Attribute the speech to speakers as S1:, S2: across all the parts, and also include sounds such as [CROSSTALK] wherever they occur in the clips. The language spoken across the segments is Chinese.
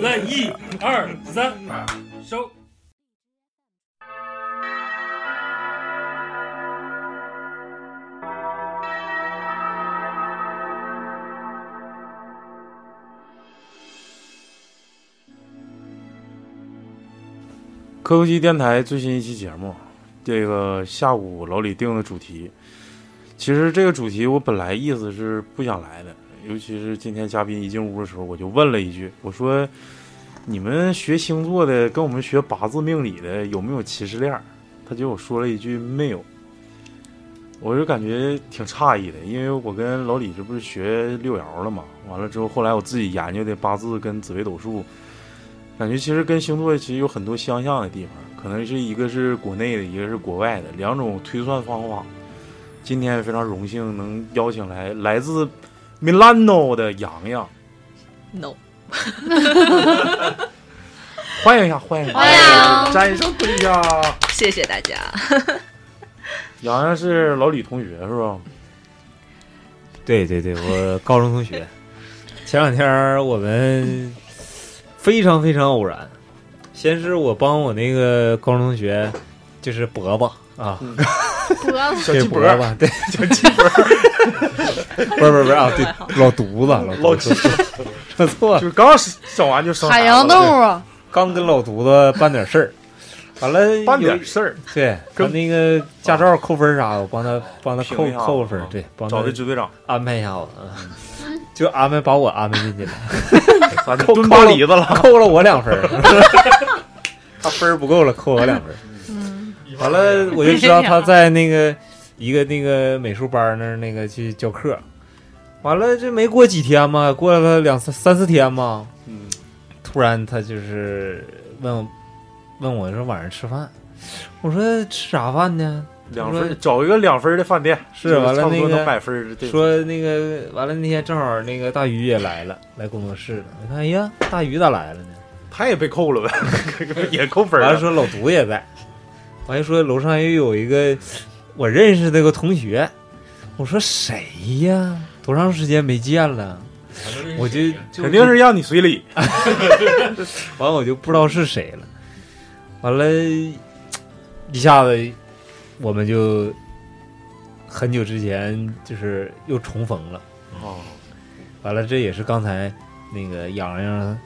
S1: 来一二三，收。
S2: 科科西电台最新一期节目，这个下午老李定的主题，其实这个主题我本来意思是不想来的，尤其是今天嘉宾一进屋的时候，我就问了一句，我说：“你们学星座的跟我们学八字命理的有没有歧视链儿？”他结果说了一句没有，我就感觉挺诧异的，因为我跟老李这不是学六爻了嘛，完了之后后来我自己研究的八字跟紫微斗数。感觉其实跟星座其实有很多相像的地方，可能是一个是国内的，一个是国外的两种推算方法。今天非常荣幸能邀请来来自 Milano 的洋洋，
S3: No，
S2: [LAUGHS] 欢迎一下，欢迎一下，
S4: 哎
S5: 欢迎
S2: 掌声鼓励一下。
S3: 谢谢大家。
S2: 洋洋是老李同学是吧？
S6: 对对对，我高中同学。前两天儿我们非常非常偶然，先是我帮我那个高中同学，就是伯伯啊，
S5: 脖子
S6: 小鸡伯伯， [LAUGHS] 对，小鸡
S2: [LAUGHS]
S6: 伯伯，不是不是不是啊，对，老犊子，老犊子，说错了
S2: 就，是刚整完就生孩
S5: 海
S2: 子
S5: 洋豆
S2: 了
S5: 啊，
S6: 刚跟老犊子办点事儿，完了
S2: 办点
S6: 有
S2: 事儿，
S6: 对，他那个驾照扣分儿啥的，我帮他帮他扣
S2: 评一下
S6: 扣个分
S2: 啊
S6: 儿，对，帮他
S2: 找这支队
S6: [LAUGHS]
S2: 长，
S6: 安排一下子，嗯
S2: [LAUGHS]
S6: 就安排把我安排进去了。
S2: 咱
S6: 扣
S2: 蹲巴黎子了。
S6: [LAUGHS] 扣了我两分儿，他分儿不够了，扣我两分儿。完了，我就知道他在那个一个那个美术班那儿那个去教课。完了，这没过几天嘛，过了两三三四天嘛，
S2: 嗯，
S6: 突然他就是问我问我说晚上吃饭，我说吃啥饭呢？
S2: 两分，找一个两分的饭店，
S6: 是完了
S2: 差不多
S6: 那个
S2: 能百分儿的地方。
S6: 说那个完了那天正好那个大鱼也来了，来工作室了。我看，哎呀，大鱼咋来了呢？
S2: 他也被扣了
S6: [LAUGHS]
S2: 呗，也扣分
S6: 完
S2: 了
S6: 了。说老毒也在，完了说楼上又有一个我认识那个同学，我说谁呀？多长时间没见了？我就就
S2: 肯定是让你随礼。
S6: 完了我就不知道是谁了，完了，一下子我们就很久之前就是又重逢了。
S2: 哦，
S6: 完了，这也是刚才那个洋洋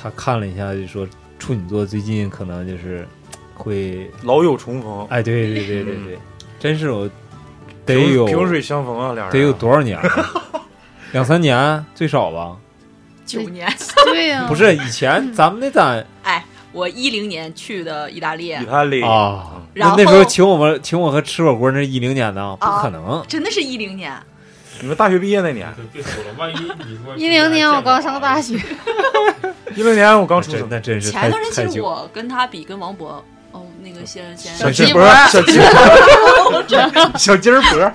S6: 他看了一下，就说处女座最近可能就是会
S2: 老友重逢，
S6: 哎，对对对对
S1: 嗯
S6: 对，真是我得
S2: 萍
S6: 有
S2: 萍水相逢啊，俩人
S6: 得有多少年了？
S1: [LAUGHS]
S6: 两三年最少吧？
S3: 九年， [LAUGHS]
S5: 对
S2: [LAUGHS]
S3: 嗯
S5: 呀、
S6: 不是以前咱们那咱
S3: 我一零年去的意大利，
S2: 意大利
S6: 啊，
S3: 嗯然
S6: 那
S3: 后
S6: 那时候请我们请我和吃火锅那一零年的，不
S3: 啊
S6: 可能。
S3: 真的是一零年。
S2: 你们大学毕业那年，
S1: 别说了，万一你说
S5: 一零年我刚上大
S2: [LAUGHS]
S5: 学，
S2: 一六年我刚出
S6: 真
S2: 生。
S6: 那真是
S3: 前
S6: 太
S3: 一段时
S6: 太
S3: 间其实
S6: 久，呃
S3: 我跟他比，跟王博，哦，那个先生先
S5: 小
S3: 生，
S5: 鸡
S2: 脖
S5: 脖，
S2: 儿，小鸡脖儿，小鸡儿脖
S6: 嗯
S2: 儿，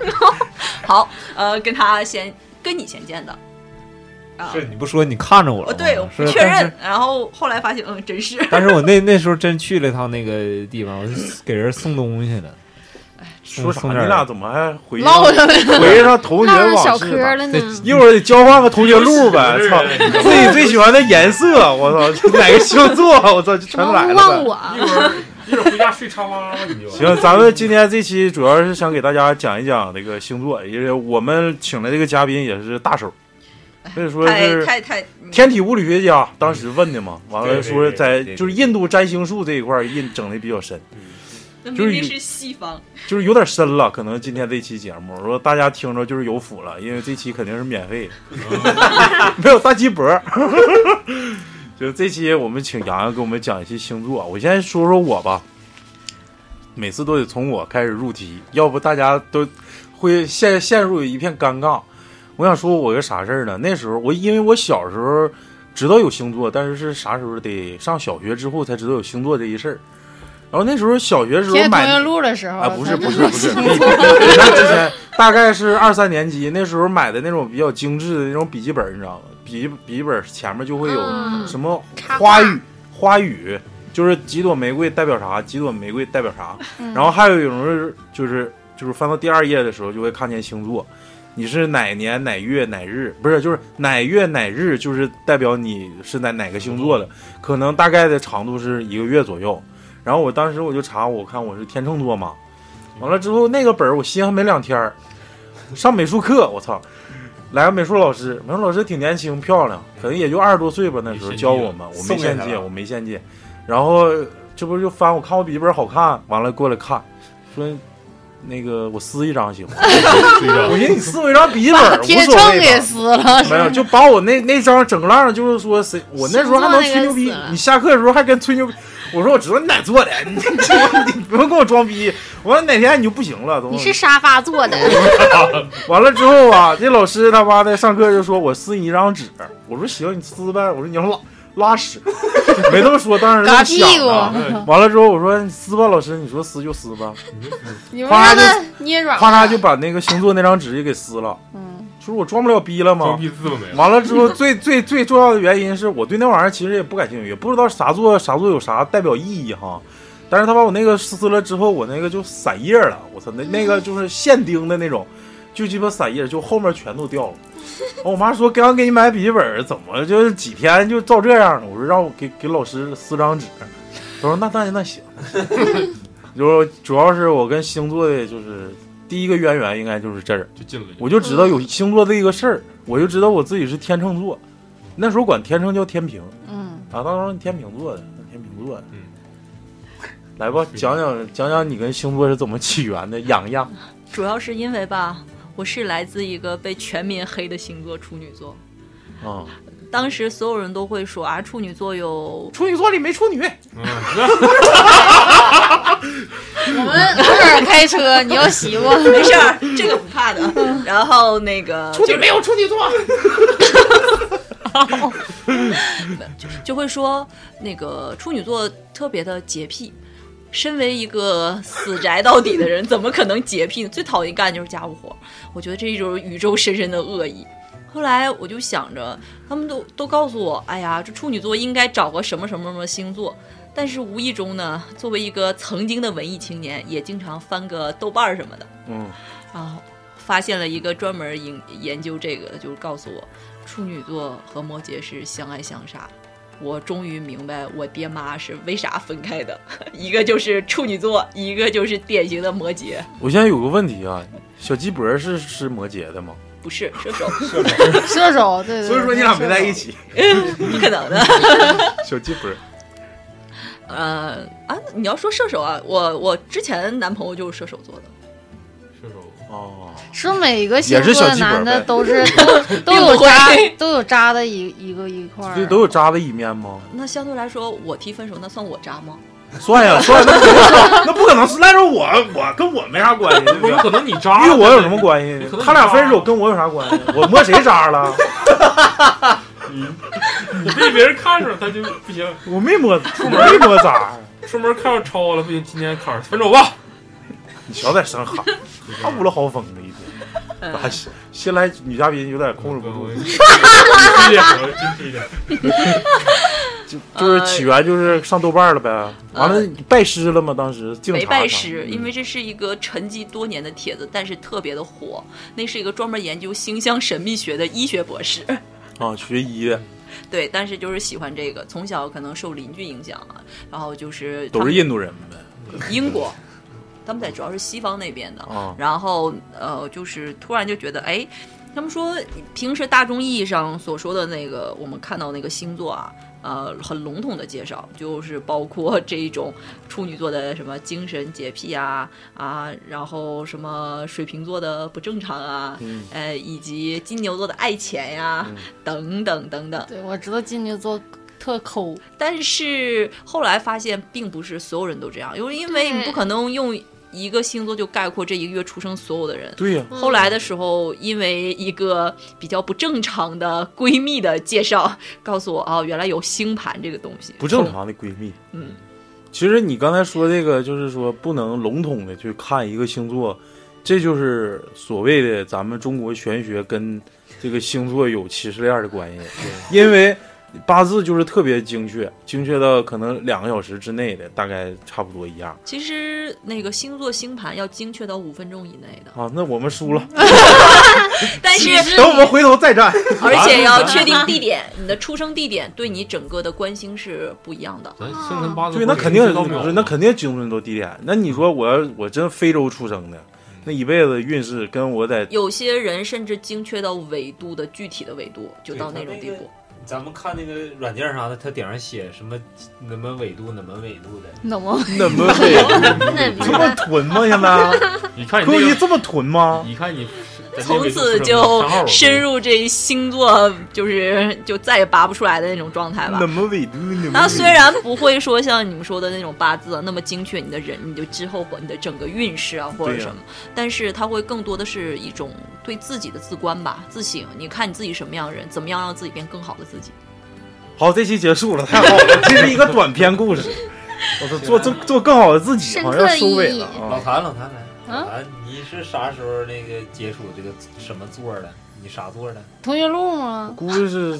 S3: 好，呃，跟他先跟你先见的，啊，
S6: 是你不说你看着我
S3: 我
S6: 了吗？
S3: 哦对，我不
S6: 哦是
S3: 确。
S6: 但
S3: 认
S6: 是，
S3: 然后后来发现，嗯，真是
S6: 但是我那那时候真去了一趟那个地方，我就给人送东西了。
S2: 说啥？
S6: 送
S2: 你
S6: 点儿
S2: 俩怎么还回忆
S5: 唠上了，
S2: 回忆上童
S5: 唠
S2: 学
S5: 上小
S2: 往
S5: 嗑
S2: 事呢？
S5: 了呢
S6: 对。
S2: 一会儿得交换个同学录呗！
S1: 是
S2: 操，自己最喜欢的颜色，我操，哪个星座？我操，就
S5: 什
S2: 全
S5: 么
S2: 来
S5: 勿
S2: 了
S5: 忘
S2: 呗。
S5: 我，
S1: 一会儿一会儿回家睡沙发了，你就
S2: 行，咱们今天这期主要是想给大家讲一讲这个星座，也是我们请来这个嘉宾也是大手，所以说
S3: 太
S2: 是
S3: 太太嗯
S2: 天体物理学家当时问的嘛，完了
S1: 对对
S2: 说是在
S6: 对对
S2: 就是印度占星术这一块儿印整的比较深，
S3: 嗯那
S2: 就
S3: 明
S2: 是
S3: 明是西方，
S2: 就是有点深了。可能今天这期节目，说大家听着就是有福了，因为这期肯定是免费 [LAUGHS] 的，没有大鸡脖儿。 [LAUGHS] 就这期我们请洋洋给我们讲一期星座，我先说说我吧，每次都得从我开始入题，要不大家都会陷陷入一片尴尬。我想说，我个啥事儿呢？那时候我因为我小时候知道有星座，但是是啥时候得上小学之后才知道有星座这一事儿。然后那时候小学时候
S4: 贴通
S2: 买
S4: 讯录的时候，
S2: 啊，不是
S4: 咱就
S2: 不是不是，那之前大概是二三年级那时候买的那种比较精致的那种笔记本，你知道吗？笔笔记本前面就会有
S4: 嗯
S2: 什么
S4: 插
S2: 花语，花语就是几朵玫瑰代表啥，几朵玫瑰代表啥。
S4: 嗯
S2: 然后还有一种是就是就是翻到第二页的时候就会看见星座，你是哪年哪月哪日，不是就是哪月哪日，就是代表你是在哪个星座的，可能大概的长度是一个月左右。然后我当时我就查，我看我是天秤座嘛，完了之后那个本儿我新还没两天儿，上美术课我操，来个美术老师，美术老师挺年轻漂亮，可能也就二十多岁吧，那时候
S1: 没献祭
S2: 教我们，我没
S1: 送给
S2: 献
S1: 他
S2: 祭，
S1: 了
S2: 我没献祭，然后这不就翻我看我笔记本好看，完了过来看，说那个我撕一张行 [LAUGHS] 吗？
S1: 对着
S2: 我寻思你撕我一张笔记本
S4: 把
S2: 儿，无
S4: 天
S2: 所
S4: 秤
S2: 谓
S4: 给
S2: 吧。
S4: 撕了，
S2: [LAUGHS] 没有，就把我那那张整个浪，就是说谁，我那时候还能吹
S4: 星
S2: 牛逼
S4: 座那个人死了，
S2: 你下课的时候还跟吹牛逼，我说我知道你哪做的，你 [LAUGHS] 你不用跟我装逼，我说哪天你就不行了，怎么
S4: 你是沙发做的，
S2: [LAUGHS] 完了之后啊，这老师他妈的上课就说我撕你一张纸，我说行，你撕呗，我说你要拉拉屎， [LAUGHS] 没这么说，
S4: [LAUGHS]
S2: 当时
S4: 嘎
S2: 这么
S4: 屁
S2: 想
S1: 啊
S2: 的。
S4: 股，
S2: 完了之后我说你撕吧，老师，你说撕就撕
S4: [LAUGHS]
S2: 吧，
S4: 你们
S2: 夸
S4: 让
S2: 就
S4: 他捏软了，
S2: 咔嚓就把那个星座那张纸也给撕了，
S4: 嗯，
S2: 就是我装不了逼了
S1: 装
S2: 吗？
S1: 逼自本没了。
S2: 完了之后，最 [LAUGHS] 最最重要的原因是我对那玩意儿其实也不感兴趣，也不知道啥座啥座有啥代表意义哈。但是他把我那个撕了之后，我那个就散叶了，我操，那那个就是现钉的那种，就鸡巴散叶，就后面全都掉了。 [LAUGHS] 完我妈说刚给你买笔记本儿，怎么就几天就照这样了？我说让我给给老师撕张纸，她说那那那行。 [LAUGHS] 就是主要是我跟星座的就是第一个渊源应该就是这儿，
S1: 就进了。
S2: 我就知道有星座这一个事儿，我就知道我自己是天秤座。那时候管天秤叫天平
S4: 嗯，
S2: 啊，当时天平座的，天平座的。
S1: 嗯
S2: 来吧，讲讲讲讲你跟星座是怎么起源的，痒痒。
S3: 主要是因为吧，我是来自一个被全民黑的星座处女座。
S2: 啊、
S3: 当时所有人都会说啊，处女座有
S2: 处女座里没处女，
S1: 嗯，那
S4: 我们偶尔开车，你要习
S2: [LAUGHS]
S4: 惯，
S3: 没事儿，这个不怕的。 [LAUGHS] 然后那个
S2: 处女没有处女座。
S3: [LAUGHS] 就会说那个处女座特别的洁癖。身为一个死宅到底的人，怎么可能洁癖呢？最讨厌干就是家务活，我觉得这就是宇宙深深的恶意。后来我就想着，他们都都告诉我，哎呀，这处女座应该找个什么什么什么星座。但是无意中呢，作为一个曾经的文艺青年，也经常翻个豆瓣儿什么的，
S2: 嗯，
S3: 然后啊发现了一个专门研研究这个的，就是告诉我，处女座和摩羯是相爱相杀。我终于明白我爹妈是为啥分开的， [LAUGHS] 一个就是处女座，一个就是典型的摩羯，
S2: 我现在有个问题啊，小鸡脖是是摩羯的吗？
S3: 不是射手，
S4: 射手，对对，对
S2: 所以说你俩没在一，起。
S3: 不可能的。
S2: 小鸡脖，
S3: 呃啊，那你要说射手啊，我我之前男朋友就是射手座的，
S1: 射手
S2: 哦，
S4: 说每个星
S2: 也是
S4: 座
S2: 小
S4: 的
S2: 鸡本儿
S4: 男的
S2: 呗
S4: 都
S3: [LAUGHS]
S4: 是都都有渣都有渣的一一个一块儿，
S2: 这都有渣的一面吗？
S3: 那相对来说，我提分手那算我渣吗？
S2: 算呀算，那不是，那不可能是赖着我，我跟我没啥关系，对不
S1: 不
S2: 对？
S1: 可能你
S3: 啊
S1: 渣，
S2: 与我有什么关系
S1: 你可？能
S2: 他俩分手跟我有啥关系？我摸谁渣了？
S1: 你被别人看上，他就不行。
S2: 我没
S3: [LAUGHS]
S2: 摸，出门没摸渣。
S1: 出门看着超了，不行，今天坎儿分手吧。
S2: 你小点声喊，他捂了豪风的一天。
S3: 嗯
S2: 咋新新来女嘉宾有点控制不住
S1: 我，真是一点，我真是一点。
S2: 就就是起源就是上豆瓣了呗。完了，你拜师了吗？当时净
S3: 嗯没
S2: 查查
S3: 拜师，因
S2: 嗯
S3: 为这是一个沉寂多年的帖子，但是特别的火。那是一个专门研究星象神秘学的医学博士， [LAUGHS]
S2: 啊，学医的
S3: 对，但是就是喜欢这个，从小可能受邻居影响啊，然后就是
S2: 都
S3: 他
S2: 是
S3: 们
S2: 印度人呗
S3: 英国，他们在主要是西方那边的，
S2: 啊。
S3: 然后呃，就是突然就觉得，哎，他们说平时大众意义上所说的那个，我们看到那个星座啊，呃，很笼统的介绍，就是包括这一种处女座的什么精神洁癖啊 [LAUGHS] 啊，然后什么水瓶座的不正常啊，
S2: 嗯
S3: 呃，以及金牛座的爱钱呀、
S2: 嗯
S3: 等等等等。
S4: 对我知道金牛座特抠，
S3: 但是后来发现，并不是所有人都这样，因为因为你
S4: 对
S3: 不可能用一个星座就概括这一个月出生所有的人。
S2: 对呀、
S7: 嗯
S3: 后来的时候，因为一个比较不正常的闺蜜的介绍， [LAUGHS] 告诉我啊，原来有星盘这个东西，
S2: 不正。常的闺蜜。
S3: 嗯，
S2: 其实你刚才说这个，就是说不能笼统的去看一个星座，这就是所谓的咱们中国玄学跟这个星座有歧视链的关系，因为八字就是特别精确，精确到可能两个小时之内的，大概差不多一样
S3: 其实那个星座星盘要精确到五分钟以内的，
S2: 啊。那我们输了，
S3: 但是
S8: 等我们回头再战。
S3: 而且要确定地点，你的出生地点对你整个的关星是不一样的。
S1: 咱生辰八字
S2: 对，那肯定不是，那肯定精准到地点。那你说我要我真非洲出生的，那一辈子运势跟我在
S3: 有些人甚至精确到纬度的具体的纬度，就到那种地步。
S6: 咱们看那个软件啥的，它顶上写什么哪么纬度哪么纬度的，
S4: 懂吗？
S2: 那么会
S4: 那
S2: 这么囤吗？现在？
S1: 你看
S2: 哥，
S1: 你
S2: 你
S1: 那个，
S2: 这么囤吗？
S1: 你看你在那
S3: 从
S1: 位
S3: 此
S1: 置
S3: 就
S1: 上号了
S3: 深入这星座，就是就再也拔不出来的那种状态吧
S2: 那。么纬度呢？ [LAUGHS]
S3: 那虽然不会说像你们说的那种八字啊那么精确，你的人你就之后你的整个运势啊或者什么，但是它会更多的是一种对自己的自观吧，自省。你看你自己什么样的人，怎么样让自己变更好的自己。
S2: 好，这期结束了，太好了，这是一个短篇故事。我说做做做更好的自己，
S4: 深
S2: 好
S4: 刻
S2: 像要收尾
S4: 意义
S2: 了
S6: 老
S2: 啊！
S6: 谭，老谭来，
S4: 啊
S6: 老谭，你是啥时候那个接触这个什么座儿的？你啥座儿的？
S4: 同学录吗？
S2: 估计是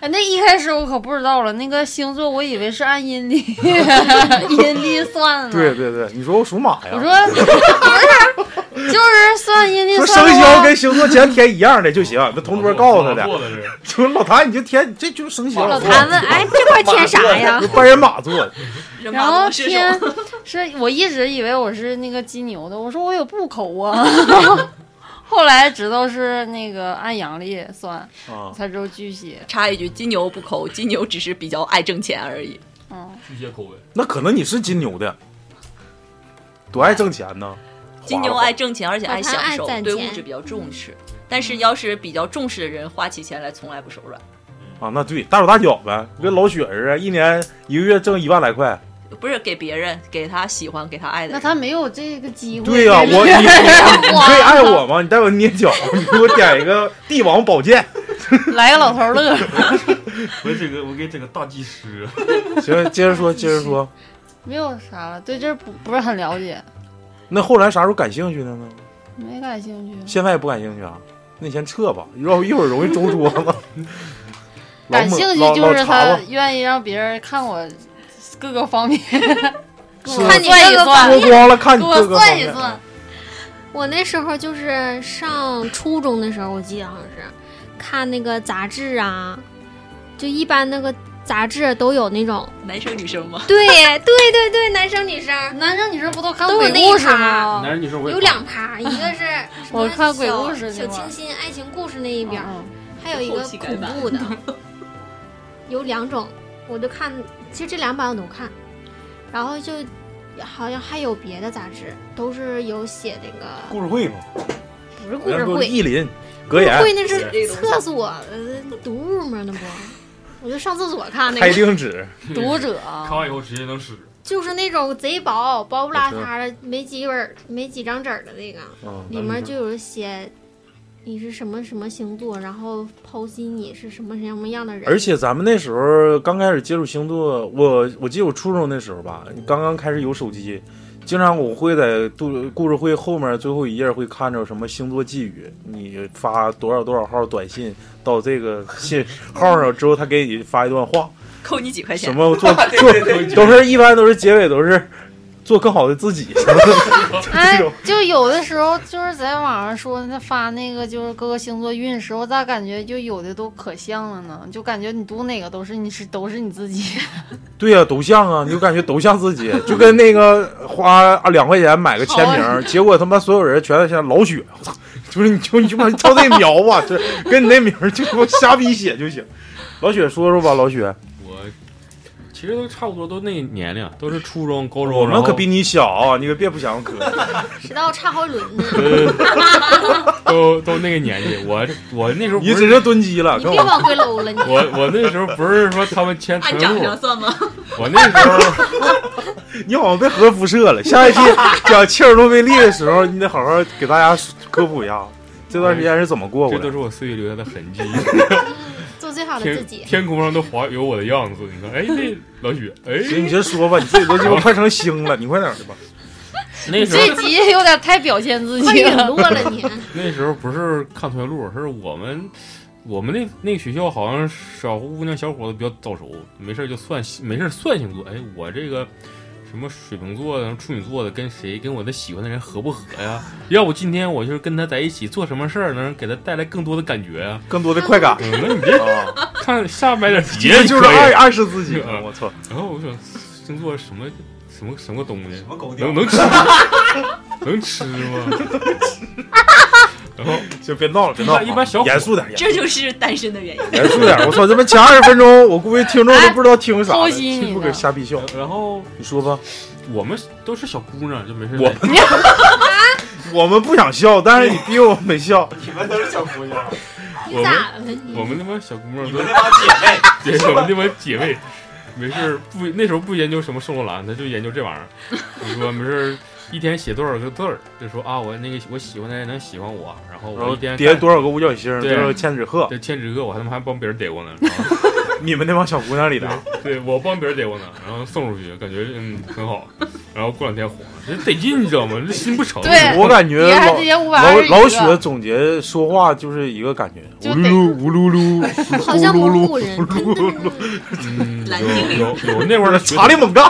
S4: 哎，那一开始我可不知道了，那个星座我以为是按阴历 [LAUGHS] 阴历算的。
S2: 对对对，你说我属马呀？
S4: 我说不是，就是算阴历
S2: 说
S4: 算
S2: 生
S4: 的
S2: 肖
S4: 话
S2: 跟星座前填一样的就行，那同桌告诉他的。
S1: 做的是
S2: 说老谭，你就填，这就是生肖。
S4: 老
S7: 谭问：“哎，这块填啥呀
S2: 就半人
S1: [LAUGHS]
S2: 马座的，
S3: 人
S4: 然
S3: 马
S4: 后
S3: 座射手
S4: 天，是我一直以为我是那个金牛的，我说我有布口啊，后来知道是那个按阳历算，
S2: 啊，
S4: 才知道巨蟹。
S3: 插一句，金牛不抠，金牛只是比较爱挣钱而 [LAUGHS] 已。
S4: 嗯，
S1: 巨蟹口味，
S2: 那可能你是金牛的，多爱挣钱呢。
S3: 金牛爱挣钱，而且爱享受
S7: 老谭爱，攒
S3: 对
S7: 钱
S3: 物质比较重视。但是要是比较重视的人，花起钱来从来不手软。
S2: 啊，那对，大手大脚呗，跟老雪似的，一年一个月挣一万来块。
S3: 不是给别人，给他喜欢，给他爱的
S4: 那
S3: 人。
S4: 他没有这个机会。
S2: 对
S4: [LAUGHS]
S2: 呀、我你你你可以爱我吗？你带我捏脚，你给我点一个帝王宝剑。
S4: 来个老头乐，
S1: 我这个我给这个大技师，
S2: 行，接着说，接着说。
S4: [LAUGHS] 没有啥了，对这儿不不是很了解，
S2: 那后来啥时候感兴趣的呢？
S4: 没感兴趣。
S2: 现在也不感兴趣啊？那你先撤吧，要不一会儿容易周桌子。
S4: 感兴趣
S2: 老
S4: 就是
S2: 老查
S4: 他
S2: 吧
S4: 愿意让别人看我各个方面，
S2: 是
S4: [LAUGHS] 看你各 [LAUGHS] 个方
S2: 脱
S4: 面，
S2: 光了看你
S4: 给我
S2: 各个方
S4: 算一
S2: 面
S4: 算。
S7: 我那时候就是上初中的时候，我记得好像是看那个杂志啊，就一般那个杂志都有那种，
S3: 男生女生吗？
S7: [LAUGHS] 对对对对，男生女生
S4: 男生女生不都看
S7: 都有
S4: 鬼
S7: 那一
S4: 故事
S7: 趴
S4: 吗？嗯
S1: 男人女生我也
S7: 有两趴，一个是什么
S4: 我看鬼故
S7: 小
S4: 事
S7: 小
S4: 那块儿
S7: 清新爱情故事那一边儿，
S4: 嗯
S7: 还有一个
S3: [LAUGHS] 后期改
S7: 恐
S3: 版
S7: 怖的，有两种，我就看，其实这两版我都看，然后就好像还有别的杂志，都是有写这个
S2: 故事会嘛，
S7: 不是故事
S2: 然后
S7: 会，
S2: 意林、格言、
S7: 会那是
S3: 这个东西
S7: 厕所呃读物吗？那不，我就上厕所看那
S2: 开
S7: 个，
S2: 定纸，
S4: 读
S3: 嗯
S4: 者
S1: 看完以后直接能使，
S7: 啊就是那种贼薄、薄不拉塌的，没几本儿、没几张纸儿的那个，
S2: 嗯，
S7: 里面就有写。你是什么什么星座？然后剖析你是什么什么样的人。
S2: 而且咱们那时候刚开始接触星座，我我记得我初中那时候吧，刚刚开始有手机，经常我会在故故事会后面最后一页会看着什么星座寄语，你发多少多少号短信到这个信号上之后，他给你发一段话，
S3: [LAUGHS] 扣你几块
S2: 什
S3: 钱？
S2: 么做做都是一般都是结尾都是做更好的自己， [LAUGHS]
S4: 哎
S2: 这种，
S4: 就有的时候就是在网上说他发那个就是各个星座运势，我咋感觉就有的都可像了呢？就感觉你读哪个都是你是都是你自己。
S2: 对呀、都像啊，你就感觉都像自己，就跟那个花啊两块钱买个签名
S7: 啊
S2: 儿，结果他妈所有人全在像老雪，我操，就是你就你就把照那啊描吧，这跟你那名儿就给我瞎逼写就行。老雪说说吧，老雪，
S1: 我其实都差不多，都那年龄，都是初中、高中。
S2: 我们
S1: 然后
S2: 可比你小啊，你可别不
S7: [LAUGHS]
S2: 想哥。
S7: 迟到差好几轮呢。
S2: [LAUGHS]
S1: 都都那个年纪。我我那时候不
S2: 你只
S1: 是
S2: 是蹲鸡了，
S7: 你
S2: 跟
S7: 别
S2: 我
S7: 往回搂了，你
S1: 我我那时候不是说他们签存
S3: 按长
S1: 入，
S3: 相算吗？
S1: 我那时 [LAUGHS] 候
S2: 你好像被核辐射了。下一期讲切尔诺贝利的时候，你得好好给大家科普一下，这段时间是怎么过过
S1: 这都
S2: 的。
S1: 是我岁月留下的痕迹。
S7: 做最好的自
S1: 天
S7: 己。
S1: 天空上都划有我的样子，你看，哎，那老许，
S2: 行，你
S1: 哎，
S2: 先说吧，你自己都鸡巴快成星了，你快点儿的吧。
S1: 那时候
S4: 这集有点太表现自
S7: 快
S4: 己
S7: 陨
S4: 了。
S7: 落了
S4: [LAUGHS]
S7: 你，
S1: 那时候不是看团路，是我们我们那那个学校好像小姑娘小伙子比较早熟，没事儿就算没事儿算星座。哎，我这个什么水瓶座的、处女座的，跟谁跟我的喜欢的人合不合呀？要不今天我就是跟他在一起做什么事儿能给他带来更多的感觉呀、，
S2: 更多的快感
S1: 嗯那你这
S2: 啊，
S1: 看下边点
S2: 别
S1: 节
S2: 就是暗暗示自己
S1: 嗯
S2: 了。我操，
S1: 然后我想星座什么什么什么东西，
S8: 么狗
S1: 能能吃
S8: [LAUGHS]
S1: 能吃吗？ [LAUGHS] 然后
S2: 行，别闹了，别闹了，
S1: 一般一般小伙
S2: 严肃点，严肃
S3: 这就是单身的原因。
S2: 严肃
S1: [LAUGHS]
S2: 点。我操，这么前二十分钟，我估计听众都不知道听啥了，
S4: 哎剖析你
S2: 不给
S4: 呢
S2: 瞎逼笑。
S1: 然后
S2: 你说吧，
S1: 我们都是小姑娘，就没事。
S2: 我们我们不想笑，但是你逼我们笑。你们都是小姑娘，
S7: 你咋了你？
S1: 我们那帮小姑娘
S8: 你
S1: 都
S8: 们，那帮姐妹，
S1: [LAUGHS] 对，我们那帮姐妹，没事儿不那时候不研究什么圣罗兰，她就研究这玩意儿。你说没事儿，一天写多少个字儿，就说啊，我那个我喜欢的人能喜欢我，然后
S2: 然
S1: [LAUGHS] 我
S2: 后
S1: 一天
S2: 叠
S1: 干
S2: 多少个五角星，
S1: 对
S2: 多少千纸鹤，
S1: 这千纸鹤，我他妈还帮别人逮过呢。然后
S2: 你们那帮小姑娘里的，
S1: 对我帮别人逮过呢，然后送出去，感觉嗯很好。然后过两天火了，这得劲，你知道吗？这心不诚。
S4: 对
S2: 我感觉
S4: 别还
S2: 老
S4: 直接五百二
S2: 老
S4: 十一
S2: 老
S4: 个
S2: 许的总结说话就是一个感觉，
S4: 就
S2: 呜噜噜呜噜噜，
S7: 好像
S2: 呼噜
S7: 蒙
S2: 噜
S7: 古人，
S2: 呼噜噜，
S1: 嗯，
S3: 蓝精灵
S1: 有有有那会儿的学
S2: 查
S4: [LAUGHS]
S2: 理猛干，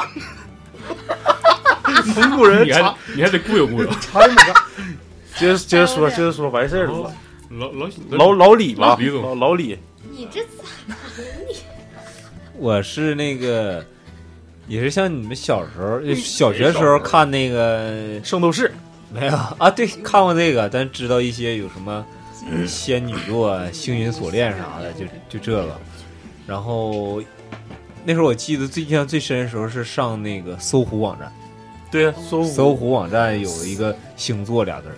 S2: 蒙古人
S1: 你
S2: 查
S1: 还你还得雇悠雇悠。
S2: 查理猛干。接着接着说，接着说，完事儿了。
S1: 老老
S2: 老老李
S1: 哦
S2: 吧，
S1: 老李总
S2: 老老李，
S7: 你这
S6: 我是那个，也是像你们小时候，小学时候看那个
S2: 圣斗士，
S6: 没有啊？对，看过这个，咱知道一些有什么仙女座、啊星云锁链啥的，就就这个。然后那时候我记得最印象最深的时候是上那个搜狐网站，
S1: 啊
S2: 对，搜
S6: 搜狐网站有一个星座俩字儿，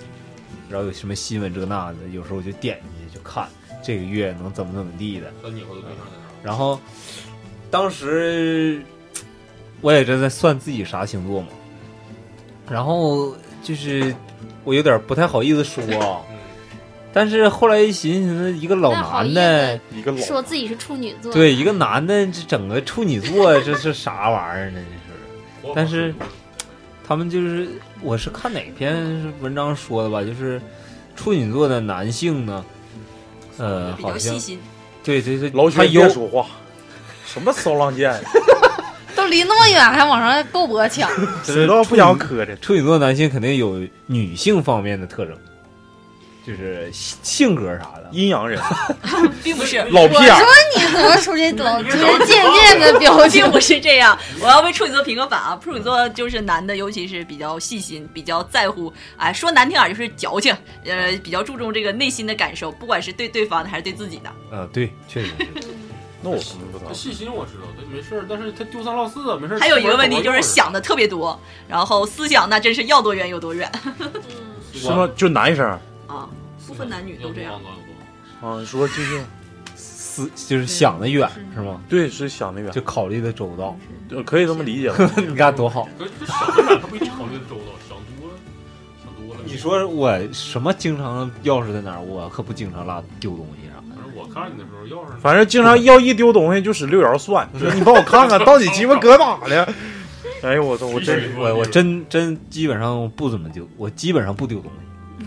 S6: 然后有什么新闻这那的，有时候我就点进去就看这个月能怎么怎么地的。然后当时我也正在算自己啥星座嘛，然后就是我有点不太好意思说啊，但是后来一寻思，一个老男的，
S2: 一个老
S7: 说自己是处女座，
S6: 对，一个男的这整个处女座这是啥玩意儿呢？这是。但是他们就是，我是看哪篇文章说的吧，就是处女座的男性呢，呃，
S3: 比
S6: 好
S3: 较
S6: 像
S3: 细心，
S6: 对对对，
S2: 老许
S6: 他有
S2: 别说话，什么骚浪贱， [LAUGHS]
S4: 都离那么远，还往上够脖
S7: [LAUGHS]
S4: 抢，
S2: 知道不想磕碜。
S6: 处女座男性肯定有女性方面的特征，就是性性格啥的。
S2: 阴阳人，
S3: 并不是。
S2: 老屁啊眼儿，
S4: 你怎么出去老出去渐渐的表情
S3: 并？不是这样，我要为处女座评个反啊！处女座就是男的，尤其是比较细心，比较在乎，哎，说难听点儿就是矫情，呃，比较注重这个内心的感受，不管是对对方的还是对自己的。
S6: 啊，对，确实 [LAUGHS] 是。
S2: 那我们不知道
S1: 他。细心我知道，他没事儿，但是他丢三落四啊，没事儿。
S3: 还有一个问题就是想的特别多，然后思想那真是要多远有多远
S7: 嗯
S2: 是吗？就男生
S3: 啊，不分男女都这样。。
S2: 啊？你说就是
S6: 思就是想的远是吗？
S2: 对，是想的远
S6: 就，考虑的周 [LAUGHS] 到，
S2: 就呃可以这么理解吧？
S6: 你看多好。
S1: 可是想的他不一定考虑周到，想多了，想多了。
S6: 你，说我什么经常钥匙在哪儿？我可不经常落丢东西啥啊的。
S1: 反正我看你的时候，要是
S2: [LAUGHS] 反正经常要一丢东西就使六爻 [LAUGHS] 算，说你帮我看看到底鸡巴搁哪了。哎呦我操！我真
S6: 我我真真基本上不怎么丢，我基本上不丢东西。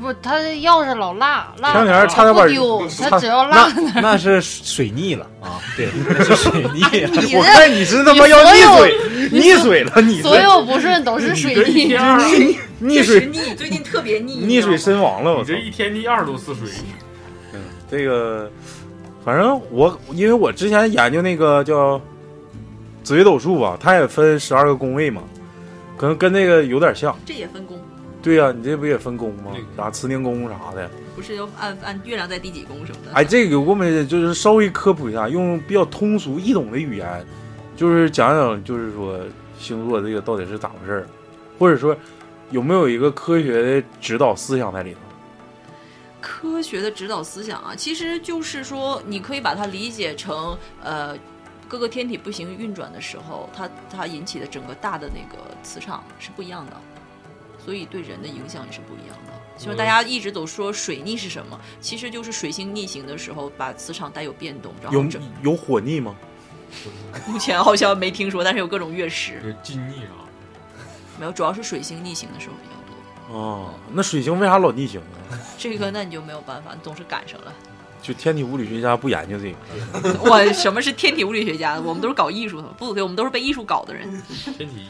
S4: 不，他的钥匙老落落，
S2: 前两天差点把
S4: 不丢，他只要落
S6: 那那是水逆了啊！对，那是水逆了。
S4: 你
S2: 我
S4: 的
S2: 哎看你是他妈要
S4: 你
S2: 溺
S4: 所
S2: 水，溺水了，你
S4: 所
S2: 这
S4: 有不顺都是水
S1: 一
S4: 逆
S1: 天。二，你
S2: 溺嗯水
S3: 确实腻，最近特别腻，
S2: 溺水身亡了。我操
S1: 这！一天第二十多次水，
S2: 这个，反正我因为我之前研究那个叫紫微斗数吧，它也分十二个宫位嘛，可能跟那个有点像。
S3: 这也分工，
S2: 对呀、你这不也分宫吗
S1: 对？
S2: 啥慈宁宫啥的。
S3: 不是要按按月亮在第几
S2: 哎
S3: 宫什么的。
S2: 哎，这个我们就是稍微科普一下，用比较通俗易懂的语言就是讲讲，就是说星座这个到底是咋回事儿，或者说有没有一个科学的指导思想在里头？
S3: 科学的指导思想啊，其实就是说，你可以把它理解成，呃，各个天体不行运转的时候，它它引起的整个大的那个磁场是不一样的，所以对人的影响也是不一样的。就是大家一直都说水逆是什么，其实就是水星逆行的时候，把磁场带有变动，然后
S2: 有
S3: 这
S2: 有火逆吗？
S3: 目前好像没听说，但是有各种月食
S1: 就，是禁逆啥的。
S3: 没有，主要是水星逆行的时候比较多。
S2: 哦，那水星为啥老逆行呢？
S3: 这个那你就没有办法，你总是赶上了。
S2: 就天体物理学家不研究这个，
S3: 我什么是天体物理学家？我们都是搞艺术的，不对，我们都是被艺术搞的人。
S1: 天体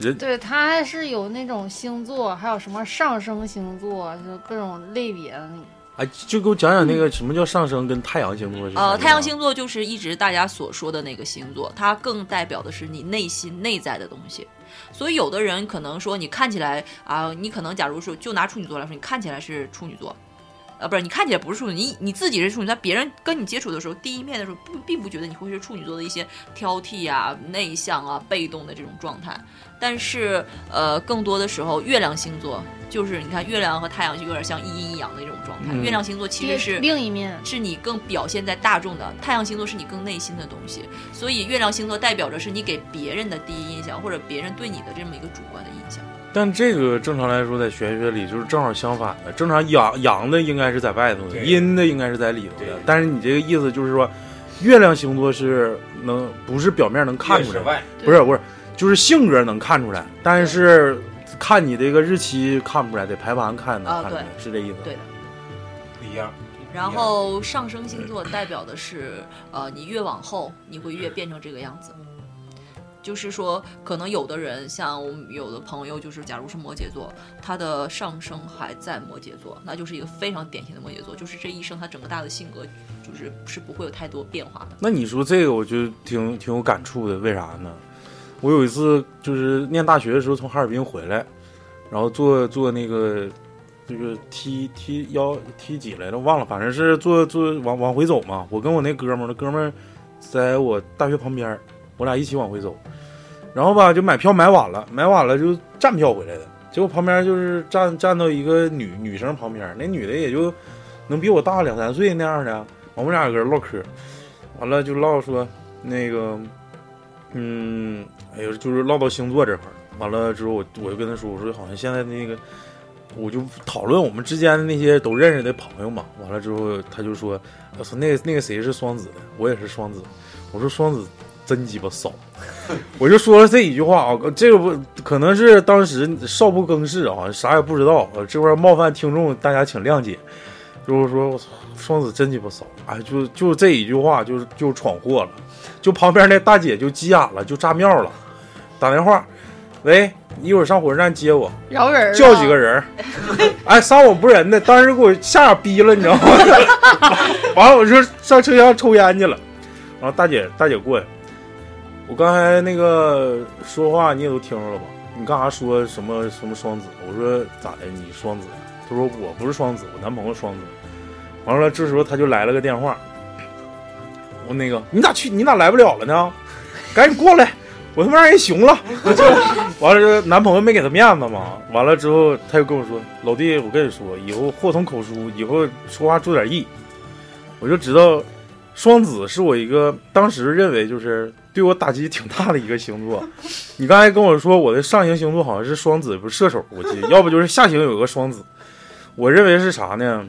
S2: 人
S4: [LAUGHS] 对，它还是有那种星座，还有什么上升星座，就各种类别的那个。
S2: 哎，就给我讲讲那个什么叫上升跟太阳星座是啥
S3: 呃，
S2: 的
S3: 太阳星座就是一直大家所说的那个星座，它更代表的是你内心内在的东西。所以有的人可能说你看起来啊、你可能假如说就拿处女座来说，你看起来是处女座，呃，不是，你看起来不是处女，你你自己是处女，但别人跟你接触的时候，第一面的时候不并不觉得你会是处女座的一些挑剔啊、内向啊、被动的这种状态。但是呃，更多的时候，月亮星座就是你看月亮和太阳就有点像一阴一阳的这种状态。
S2: 嗯
S3: 月亮星座其实是
S4: 另一面，
S3: 是你更表现在大众的，太阳星座是你更内心的东西，所以月亮星座代表着是你给别人的第一印象，或者别人对你的这么一个主观的印象。
S2: 但这个正常来说，在玄学里就是正好相反的。正常阳阳的应该是在外头的，
S6: 对
S2: 阴的应该是在里头
S6: 对
S2: 的。但是你这个意思就是说，月亮星座是能不是表面能看出来，
S6: 外，
S2: 不是不是，就是性格能看出来，但是看你这个日期看不出来，得排盘看能
S3: 啊
S2: 看出来，是这意思。
S3: 对的。
S6: 不一样。
S3: 然后上升星座代表的是，呃，你越往后你会越变成这个样子。就是说，可能有的人像我们有的朋友，就是假如是摩羯座，他的上升还在摩羯座，那就是一个非常典型的摩羯座，就是这一生他整个大的性格就是是不会有太多变化的。
S2: 那你说这个，我就挺挺有感触的。为啥呢？我有一次就是念大学的时候从哈尔滨回来，然后坐坐那个这个 T T 幺 T 几来着，忘了，反正是坐坐往往回走嘛。我跟我那哥们儿，那哥们儿在我大学旁边儿，我俩一起往回走。然后吧，就买票买晚了，买晚了就站票回来的。结果旁边就是站站到一个女女生旁边儿，那女的也就能比我大两三岁那样的。我们俩搁这唠嗑，完了就唠说那个，嗯，哎呦，就是唠到星座这块儿。完了之后我，我就跟他说，我说好像现在那个，我就讨论我们之间的那些都认识的朋友嘛。完了之后，他就说，我操，那个那个谁是双子的，我也是双子。我说双子真鸡巴骚，我就说了这一句话啊，这个不可能是当时少不更事啊，啥也不知道，呃这块儿冒犯听众，大家请谅解。就是说，我操，双子真鸡巴骚，哎，就就这一句话，就是就闯祸了，就旁边那大姐就急眼了，就炸庙了，打电话，喂，你一会儿上火车站接我，
S4: 饶人儿啊
S2: 叫几
S4: 了
S2: 个人儿，哎，撒谎不仁的，当时给我吓逼了，你知道吗？完了，我就上车厢抽烟去了。然后大姐，大姐过来，我刚才那个说话你也都听着了吧？你干啥说什么什么双子？我说咋的？你双子？她说我不是双子，我男朋友双子。完了，这时候他就来了个电话，我那个你咋去？你咋来不了了呢？赶紧过来！ [LAUGHS] 我他妈让人熊了。完了之后，男朋友没给她面子嘛。完了之后，他又跟我说：“老弟，我跟你说，以后祸从口出，以后说话注点意。”我就知道，双子是我一个当时认为就是对我打击挺大的一个星座。你刚才跟我说我的上行星座好像是双子，不是射手，我记得， [LAUGHS] 要不就是下行有个双子。我认为是啥呢？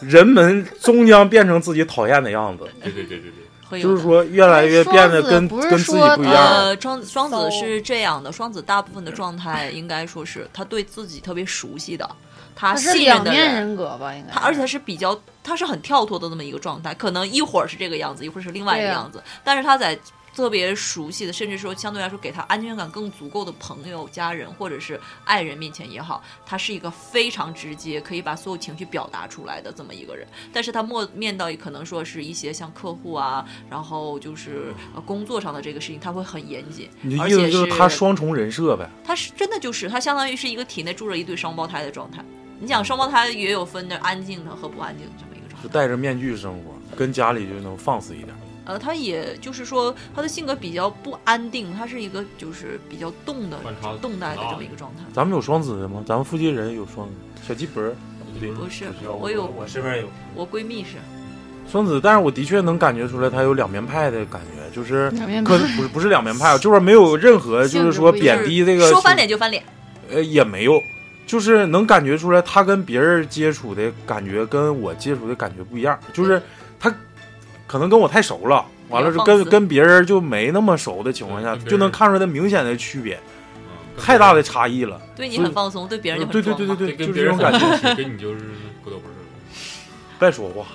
S2: 人们终将变成自己讨厌的样子，
S1: 对对对对对，
S3: 会有
S2: 就
S3: 的
S2: 是说越来越变得跟
S4: 不
S2: 跟
S4: 是
S2: 自己
S4: 说
S2: 不一样。
S3: 呃，双双子
S4: 骚
S3: 是这样的，双子大部分的状态应该说是他对自己特别熟悉的，他
S4: 它是
S3: 啊信任
S4: 两
S3: 的
S4: 面人格吧，应该。
S3: 他而且他是比较，他是很跳脱的那么一个状态，可能一会儿是这个样子，一会儿是另外一个
S4: 对啊
S3: 样子，但是他在特别熟悉的，甚至说相对来说给他安全感更足够的朋友、家人或者是爱人面前也好，他是一个非常直接，可以把所有情绪表达出来的这么一个人。但是他面面到可能说是一些像客户啊，然后就是呃工作上的这个事情，他会很严谨，
S2: 你的
S3: 而
S2: 意思
S3: 且
S2: 就是是他双重人设呗？
S3: 他是真的就是他相当于是一个体内住着一对双胞胎的状态。你想双胞胎也有分的安静的和不安静的这么一个状态
S2: 就。戴着面具生活，跟家里就能放肆一点。
S3: 呃，他也就是说他的性格比较不安定，他是一个就是比较动的
S1: 观察
S3: 动态的这么一个状态。
S2: 咱们有双子的吗？咱们附近人有双子，小鸡脖儿
S3: 不是，我有
S6: 我身边有，
S3: 我闺蜜是，
S2: 双子，但是我的确能感觉出来他有两面派的感觉，就是
S4: 两面
S2: 可不是不是两面派，就是没有任何
S4: 性
S2: 就
S4: 质
S2: 是说
S4: 不一
S3: 就
S4: 样
S2: 贬
S3: 是
S2: 低这个
S3: 说翻脸就翻脸，
S2: 呃，也没有，就是能感觉出来他跟别人接触的感觉跟我接触的感觉不一样，就是他可能跟我太熟了，完了
S3: 比
S2: 是
S3: 较放
S2: 跟
S3: 肆
S2: 跟别人就没那么熟的情况
S1: 对
S2: 下，
S1: 跟别人
S2: 就能看出来明显的区别，
S1: 嗯
S2: 太大的差异了。
S3: 对你
S2: 所以呃
S3: 很放松，对别人就很
S2: 嗯对对
S3: 装
S2: 对
S3: 嘛
S2: 对对，
S1: 跟
S2: 就
S1: 别
S2: 是这
S1: 人
S2: 种感
S1: [LAUGHS]
S2: 觉。
S1: 觉，跟你就是不都不是。
S2: 别说话，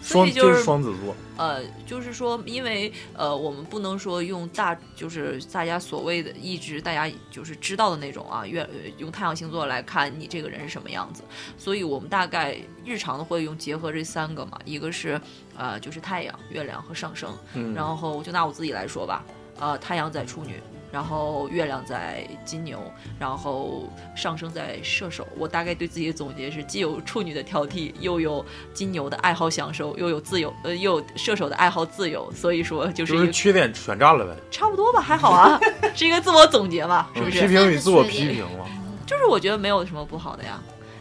S3: 所
S2: 双
S3: 以就是
S2: 是双子座，
S3: 呃，就是说，因为呃，我们不能说用大，就是大家所谓的一直大家就是知道的那种啊，月呃用太阳星座来看你这个人是什么样子，所以我们大概日常的会用结合这三个嘛，一个是呃就是太阳、月亮和上升，
S2: 嗯，
S3: 然后我就拿我自己来说吧，呃，太阳在处女，然后月亮在金牛，然后上升在射手。我大概对自己的总结是，既有处女的挑剔，又有金牛的爱好享受，又有自由，呃，又有射手的爱好自由。所以说，就是
S2: 就
S3: 一
S2: 是
S3: 个
S2: 缺点全占了呗，
S3: 差不多吧，还
S2: [LAUGHS]
S3: 好啊，是一个自我总结吧，是不
S2: 批
S3: 是？
S2: 评与自我批评嘛。
S3: 就是我觉得没有什么不好的呀，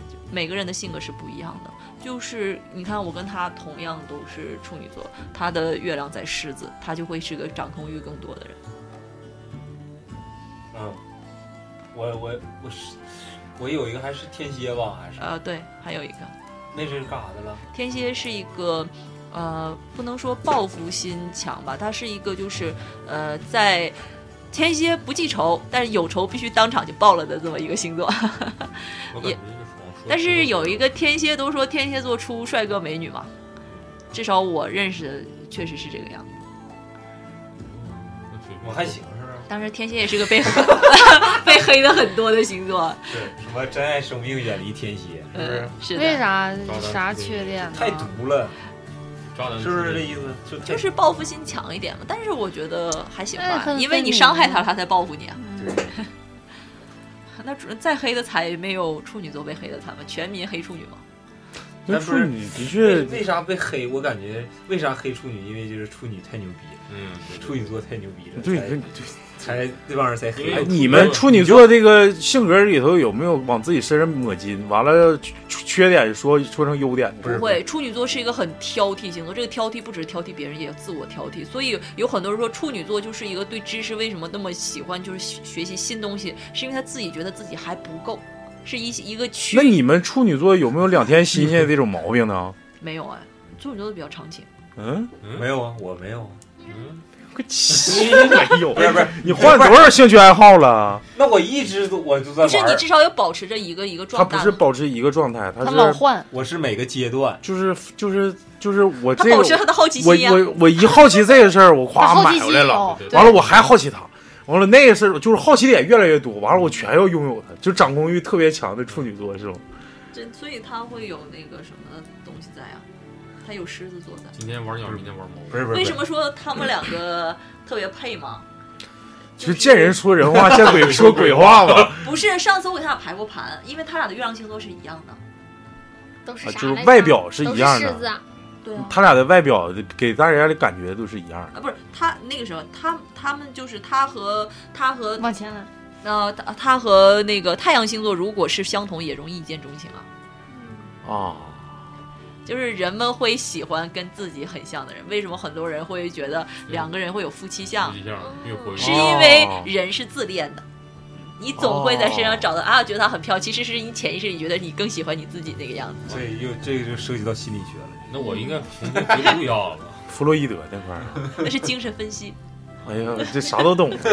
S3: 就每个人的性格是不一样的。就是你看，我跟他同样都是处女座，他的月亮在狮子，他就会是个掌控欲更多的人。
S6: 嗯，我我我是我有一个还是天蝎吧，还是
S3: 呃，对，还有一个
S6: 那是干啥的了？
S3: 天蝎是一个，呃，不能说报复心强吧，它是一个就是呃，在天蝎不记仇，但是有仇必须当场就报了的这么一个
S6: [LAUGHS]
S3: 星座。
S1: 我感觉
S3: 也
S1: 这个爽说
S3: 但是有一个天蝎，都说天蝎座出帅哥美女嘛，至少我认识的确实是这个样子。
S6: 我还行是吧？
S3: 当然，天蝎也是个被 [LAUGHS] 被黑的很多的星座，
S6: 对，什么珍爱生命，远离天蝎，是不是
S3: 嗯？，是
S4: 为
S3: 的。
S4: 啥
S1: 高端
S4: 啥
S1: 对
S4: 缺点呢？
S6: 太毒了，
S1: 渣男
S6: 是不是这意思？就太
S3: 就是报复心强一点嘛，但是我觉得还行
S4: 哎
S3: 吧，
S4: 很
S3: 因为
S4: 分
S3: 你
S4: 明
S3: 伤害他，他才报复你啊。
S4: 嗯
S3: 那主再黑的才没有处女座被黑的惨吧？全民黑处女嘛。
S2: 那
S3: 嗯
S6: 但
S2: 处
S6: 是
S2: 女的
S6: 为
S2: 确
S6: 为啥被黑？我感觉为啥黑处女？因为就是处女太牛逼了，
S1: 嗯，
S6: 处女座太牛逼了，
S2: 对对
S6: 才才那帮人才
S1: 因
S6: 黑
S1: 为
S2: 哎，
S1: 有
S6: 我。
S1: 处
S2: 你
S1: 女
S2: 们
S1: 座
S2: 处女座这个性格里头有没有往自己身上抹金？完了，缺缺点说说成优点，
S6: 不是
S3: 不会，处女座是一个很挑剔星座，这个挑剔不只是挑剔别人，也自我挑剔。所以有很多人说处女座就是一个对知识为什么那么喜欢，就是学学习新东西，是因为他自己觉得自己还不够，是一一个区
S2: 那你们处女座有没有两天新鲜的这种毛病呢？
S3: 没有哎，处女座比较长情，
S2: 嗯，
S1: 嗯
S6: 没有啊，我没有啊。
S3: 嗯
S2: 没有，
S6: 不是不是，
S2: 你换多少兴趣爱好了？
S6: 那我一直都我就在
S3: 不是
S6: 玩
S3: 你
S6: 儿，
S3: 至少要保持着一个一个
S2: 他
S3: 状
S2: 不
S3: 态
S2: 是。保持一个状态，他
S4: 他老
S2: 是
S4: 换，
S6: 我是每个阶段，
S2: 就是就是就是我
S3: 他
S2: 这
S3: 保持
S2: 个
S3: 他的好奇
S2: 我
S3: 心呀、
S2: 我我一好奇这个事儿，我
S4: 他
S2: 夸
S4: 好奇
S2: 买回
S4: 心
S2: 来了，
S4: 哦
S1: 对，
S4: 对
S2: 完了我还好奇他。完了，那个事儿就是好奇点越来越多，完了我全要拥有它，就掌控欲特别强的处女座这种。
S3: 真，所以他会有那个什么东西在啊，他有狮子座在。
S1: 今天玩鸟，明天玩猫，
S6: 不是不是
S3: 为什么说他们两个特别配吗？
S2: 其实见人说人话，见鬼说鬼话
S6: [LAUGHS]
S2: 嘛，啊
S3: 不是，上次我给他俩排过盘，因为他俩的月亮星座是一样的。
S7: 都是
S2: 啊
S7: 啥
S2: 就是
S7: 来着
S2: 外表是一样
S7: 都是狮子
S2: 的，
S7: 啊，
S3: 对啊，
S2: 他俩的外表给大家的感觉都是一样的。
S3: 啊不是他那个时候，他他们就是他和他和
S4: 往前来，
S3: 呃他他和那个太阳星座如果是相同，也容易一见钟情啊。
S2: 啊，
S3: 就是人们会喜欢跟自己很像的人，为什么很多人会觉得两个人会有夫妻相？
S1: 一下越活越
S3: 是
S2: 哦
S3: 因为人是自恋的，你总会在身上找到
S2: 哦
S3: 啊，觉得她很漂亮，其实是你潜意识里觉得你更喜欢你自己那个
S2: [LAUGHS]
S3: 样子。
S6: 这又这个就涉及到心理学了。
S1: 那我应该重新回顾一下子。
S2: 弗洛伊德那块儿，
S3: 那是精神分析。
S2: 哎呀，这啥都懂。 [LAUGHS]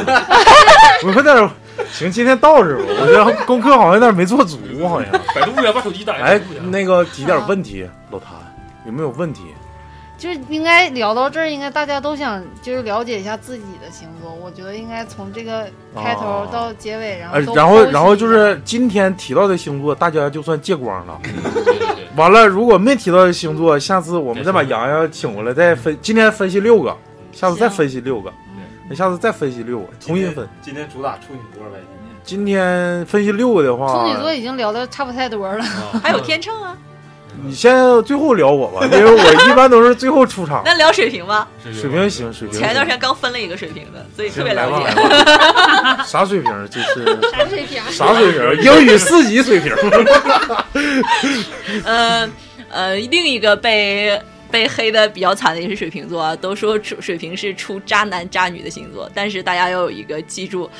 S2: 我有点儿行，今天到这儿吧。我觉得功课好像有点没做足，好像。
S1: 百度呀，把手机打开。
S2: 哎
S1: 百度呀，
S2: 那个提点问题，老谭有没有问题？
S4: 就是应该聊到这儿，应该大家都想就是了解一下自己的星座。我觉得应该从这个开头
S2: 哦
S4: 到结尾，然
S2: 呃
S4: 后，啊都
S2: 然后
S4: 剖析
S2: 然后就是今天提到的星座，大家就算借光了。
S1: 对对对，
S2: 完了，如果没提到的星座，下次我们再把洋洋请过来，
S6: 嗯
S2: 再分。今天分析六个，下次再分析六个，那下次再分析六个，重新分。
S6: 今天主打处女座呗，
S2: 今
S6: 今天
S2: 天分析六个的话，
S3: [LAUGHS]
S4: 处女座已经聊的差不太多了，
S1: 啊
S3: 还有天秤啊，
S2: 你先最后聊我吧，因为我一般都是最后出场。
S3: [LAUGHS] 那聊水平吧，
S2: 水平行，水平
S3: 前一段
S2: 行
S3: 时间刚分了一个水平的，所以特
S2: 行
S3: 别
S2: 来吧
S3: 了解。
S2: 来吧啥水平？
S3: [LAUGHS]
S2: 就是
S7: 啥水平？
S2: 啥水平？英语四级水平。
S3: 呃呃，另一个被被黑的比较惨的也是水瓶座啊，都说出水瓶是出渣男渣女的星座，但是大家要有一个记住，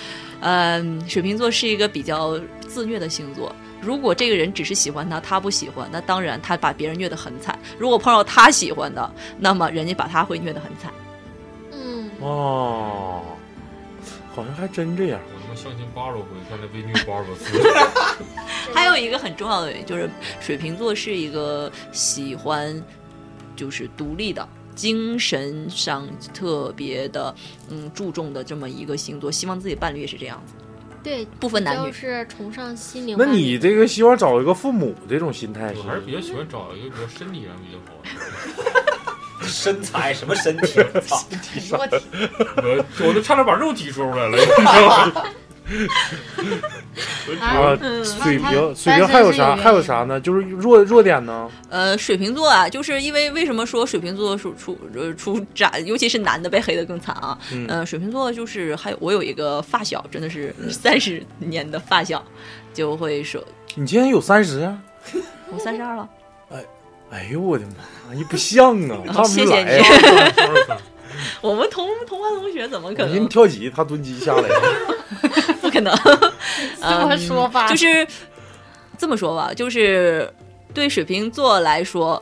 S3: 嗯、水瓶座是一个比较自虐的星座。如果这个人只是喜欢他，他不喜欢，那当然他把别人虐得很惨。如果碰到他喜欢的，那么人家把他会虐得很惨。
S7: 嗯，
S2: 哦，好像还真这样。
S1: 我他妈相亲八十回，刚才被虐八十多次。
S3: 还有一个很重要的原因就是，水瓶座是一个喜欢就是独立的。精神上特别的，嗯，注重的这么一个星座，希望自己伴侣也是这样子，
S7: 对，
S3: 不分男
S7: 就
S3: 女。
S7: 是崇尚心灵
S2: 那
S7: 伴侣。
S2: 你这个希望找一个父母这种心态
S1: 我
S2: 是？
S1: 还是比较喜欢找一个比较身体上比较好的。
S9: 身材什么啊身体？操！
S2: [LAUGHS]
S4: 我
S2: 啊
S4: 天，
S1: 我我都差点把肉提出来了，你知道吗？
S2: 啊，
S3: 嗯
S2: 水平
S4: 嗯
S2: 水平还
S4: 单身是
S2: 有
S4: 有
S2: 啥
S4: 原因
S2: 还有啥呢？就是弱弱点呢？
S3: 呃，水瓶座啊，就是因为为什么说水瓶座属出呃出渣，尤其是男的被黑的更惨啊。
S2: 嗯
S3: 呃，水瓶座就是还有我有一个发小，真的是三十年的发小，就会说
S2: 你今年有三十？啊
S3: 我三十二了，
S2: 哎呦我的妈，也不像啊，看不
S3: 谢
S2: 出
S3: 谢
S2: 来
S3: 哦你
S2: 呀。。
S3: 我们同同班同学怎么可
S2: [LAUGHS] 我寻
S3: 能
S2: 思跳级，他蹲级下来。
S3: [LAUGHS] 不可能？
S4: 这么说吧，
S3: 就是这么说吧，就是对水瓶座来说，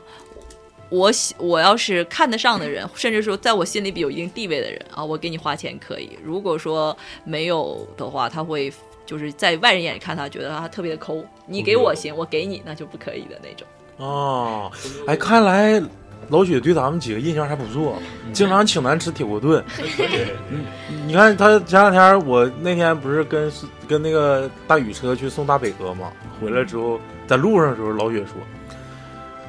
S3: 我喜我要是看得上的人，甚至说在我心里比有一定地位的人啊，我给你花钱可以。如果说没有的话，他会就是在外人眼里看他，觉得他特别的抠。你给我行，我给你那就不可以的那种。
S2: 啊，哎，看来老雪对咱们几个印象还不错，
S1: 嗯
S2: 经常请咱吃铁锅炖。你你看他前两天，我那天不是跟跟那个大宇车去送大北哥嘛，回来之后在路上的时候，老雪说：“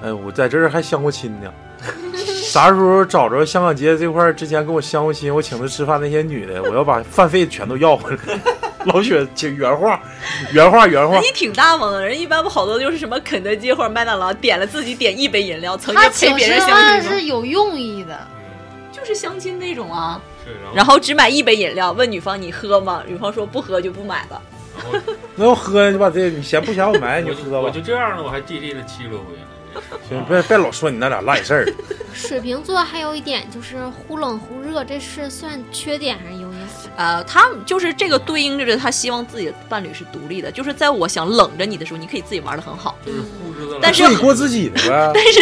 S2: 哎，我在这儿还相过亲呢。”
S1: [LAUGHS]
S2: 啥时候找着香港街这块儿之前跟我相过亲，我请她吃饭那些女的，我要把饭费全都要回来。
S1: [LAUGHS]
S2: 老雪，请原话，原话，原话
S1: 哎
S3: 人。家挺大方的，人一般不好多就是什么肯德基或者麦当劳，点了自己点一杯饮料，曾
S4: 他
S3: 经
S4: 请
S3: 陪别
S4: 吃
S3: 人相
S4: 饭
S3: 亲过，
S4: 是有用意的，
S3: 啊就是相亲那种啊。
S1: 是，
S3: 然
S1: 然后
S3: 后只买一杯饮料，问女方你喝吗？女方说不喝就不买了。
S1: 然后
S2: 那要喝你把这你嫌不嫌我埋
S1: 我
S2: 你就
S1: 就
S2: 喝吧。
S1: 我就这样了，我还 DJ 了七十多回呢。
S2: 行，别别老说你那俩烂事儿。
S7: 水瓶座还有一点就是忽冷忽热，这是算缺点还是优点？
S3: 呃，他就是这个对应着他希望自己的伴侣是独立的，就是在我想冷着你的时候，你可以自己玩的
S2: [LAUGHS]
S3: 很好。
S1: 就是固执的，
S3: 但是
S2: 自己过自己的呗。
S3: 但是，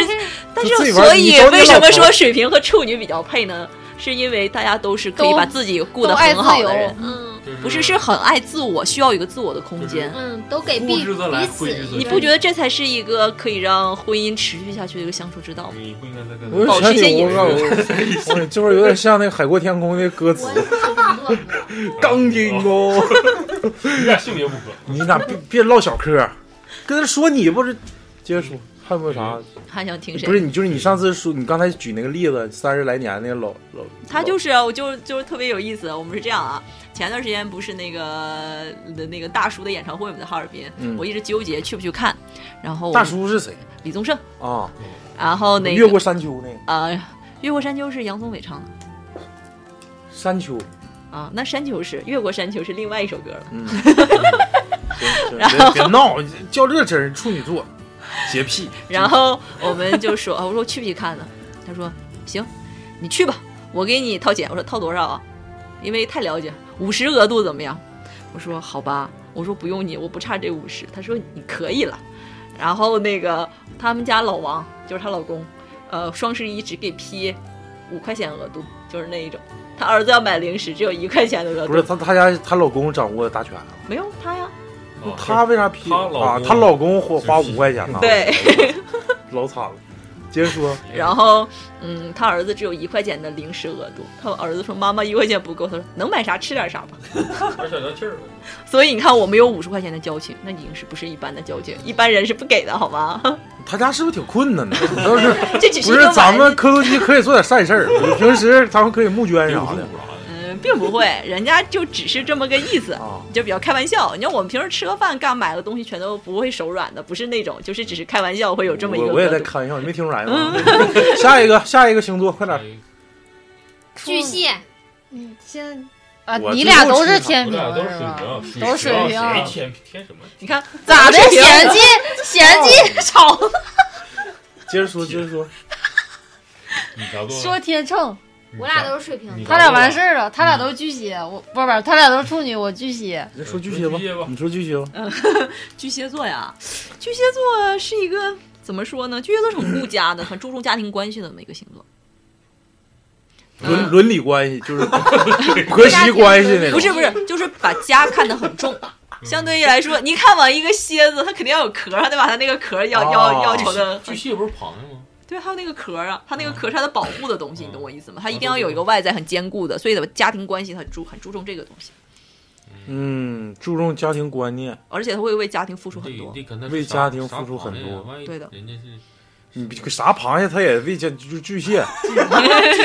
S3: 但
S2: 自己
S3: 是
S2: 玩
S3: 所
S2: 你
S3: 以
S2: 找你
S3: 为什
S2: 老
S3: 么
S2: 婆
S3: 说水瓶和处女比较配呢？是因为大家都是可以
S4: 都
S3: 把自己顾
S4: 都
S3: 得
S4: 爱
S3: 很
S4: 自
S3: 好
S4: 由
S3: 的人，
S7: 嗯
S1: 就是
S3: 不是是很爱自我，需要一个自我的空
S1: 就是
S3: 间。
S7: 嗯，都给
S1: 呼
S7: 彼
S1: 之则来
S7: 彼
S1: 挥之则
S7: 此，
S1: 去
S3: 你不觉得这才是一个可以让婚姻持续下去的一个相处之道吗？
S1: 你不应该再跟
S2: 我
S3: 保
S2: 就
S3: 持
S2: 想
S3: 一些
S2: 起
S3: 隐
S2: 我告诉 [LAUGHS] 我，我这会儿有点像那个海阔天空那歌词
S4: 我，也是这么做的
S2: 钢筋
S1: 哦，
S2: 哦。
S1: 你俩性别不合。
S2: [LAUGHS] 你咋别别唠小嗑儿？跟他说你不是，接着说，还有没有啥？
S3: 还想听
S2: 嗯
S3: 谁？
S2: 不是你就是你上次说你刚才举那个例子，三十来年那个老老，
S3: 他就是是啊，我就就是特别有意思。我们是这样啊，前段时间不是那个的那个大叔的演唱会嘛，在哈尔滨，
S2: 嗯
S3: 我一直纠结去不去看。然后我
S2: 大叔是谁
S3: 李宗盛，
S2: 啊？
S3: 然后哦那
S2: 越
S3: 个
S2: 过山丘那个
S3: 呃，越过山丘是杨宗纬唱的
S2: 山丘，
S3: 啊，那山丘是越过山丘是另外一首歌了。 [LAUGHS]
S2: 嗯，行行别别闹，较这真儿处女座，洁癖。
S3: 然后我们就说， [LAUGHS] 啊我说去不去看呢？他说行，你去吧，我给你掏钱。我说掏多少啊？因为太了解，五十额度怎么样？我说好吧，我说不用你，我不差这五十。他说你可以了。然后那个他们家老王就是她老公，呃，双十一只给批五块钱额度，就是那一种。他儿子要买零食，只有一块钱的额
S2: 不是
S3: 度，
S2: 她，她家她老公掌握大权啊，
S3: 没有他呀。
S1: 哦
S2: 她为啥批
S1: 她老公
S2: 啊？她老公花花五块钱呢，，
S3: 对，
S2: 老惨了。接着说，
S3: 然后，嗯，他儿子只有一块钱的零食额度。他儿子说：“妈妈，一块钱不够。”他说：“能买啥吃点啥吧。
S1: 玩小小气儿了。”
S3: 所以你看，我们有五十块钱的交情，那已经是不是一般的交
S2: 嗯
S3: 情，一般人是不给的，
S2: [LAUGHS]
S3: 好吗？
S2: 她家是不是挺困难的？ [LAUGHS] 都是
S3: [LAUGHS] 这只
S2: 不
S3: 一个
S2: 是
S3: 玩
S2: 咱
S3: 意 [LAUGHS]
S2: 们科多基可以做点善事儿，平时咱们可以募捐啥的。
S3: 嗯，并不会，人家就只是这么个意思
S2: 啊，
S3: 就比较开玩笑。你看我们平时吃个饭干买个东西，全都不会手软的，不是那种，就是只是开玩笑会有这么一个
S2: 我
S3: 额度。嗯
S2: 我也在开玩笑，你没听出来吗？ [LAUGHS] 下一个，下一个星座，快
S3: 哎
S2: 点！
S1: 哎
S7: 巨蟹，
S4: 嗯，先啊，
S2: 我
S4: 你
S2: 最
S4: 俩
S2: 后
S4: 都
S2: 吃
S4: 是
S2: 啥
S4: 天
S1: 我
S4: 平
S1: 俩都是
S4: 是
S1: 水
S4: 吧？
S1: 瓶，
S4: 都是水
S1: 瓶
S4: 瓶
S1: 啊，谁天天什么？
S3: 你看
S7: 咋
S3: 咋
S7: 的？
S3: 的？
S7: 显鸡，显鸡吵。
S2: 哦接着说，接着说。
S1: 你啥座？
S4: 说天秤，
S1: 你
S7: 我俩
S1: 啥
S7: 都是水瓶
S1: 你
S7: 座，
S4: 他俩完事儿了，他俩都是巨蟹，我不是不是，他俩都是处女，我巨蟹。
S2: 你说巨蟹吧
S1: 巨蟹吧，
S2: 你说巨蟹吧。
S3: 嗯巨蟹座呀，巨蟹座是一个怎么说呢？巨蟹座是很顾家的，很注重家庭关系的那么一个星座。
S2: 伦伦理关系
S3: [LAUGHS]
S2: 就是婆媳关系那种。
S3: 不是不是，就是把家看得很重。
S1: 嗯
S3: 相对于来说，你看往一个蝎子，它肯定要有壳，它得把它那个壳要、要要求的。
S1: 巨蟹不哦是螃蟹吗？
S3: 对，还有那个壳啊，它那个壳是它的保护的东西，你懂我意思吗？它一定
S1: 啊
S3: 要
S1: 对对
S3: 有一个外在很坚固的，所以家庭关系很注很注重这个东西，
S2: 嗯，注重家庭观念，
S3: 而且它会为家庭付出很
S1: 你得
S3: 多。
S1: 得跟他
S2: 为家庭付出很多
S3: 对的
S1: 人家是
S2: 你嗯啥螃蟹他也为家就巨
S3: [LAUGHS]
S2: 蟹，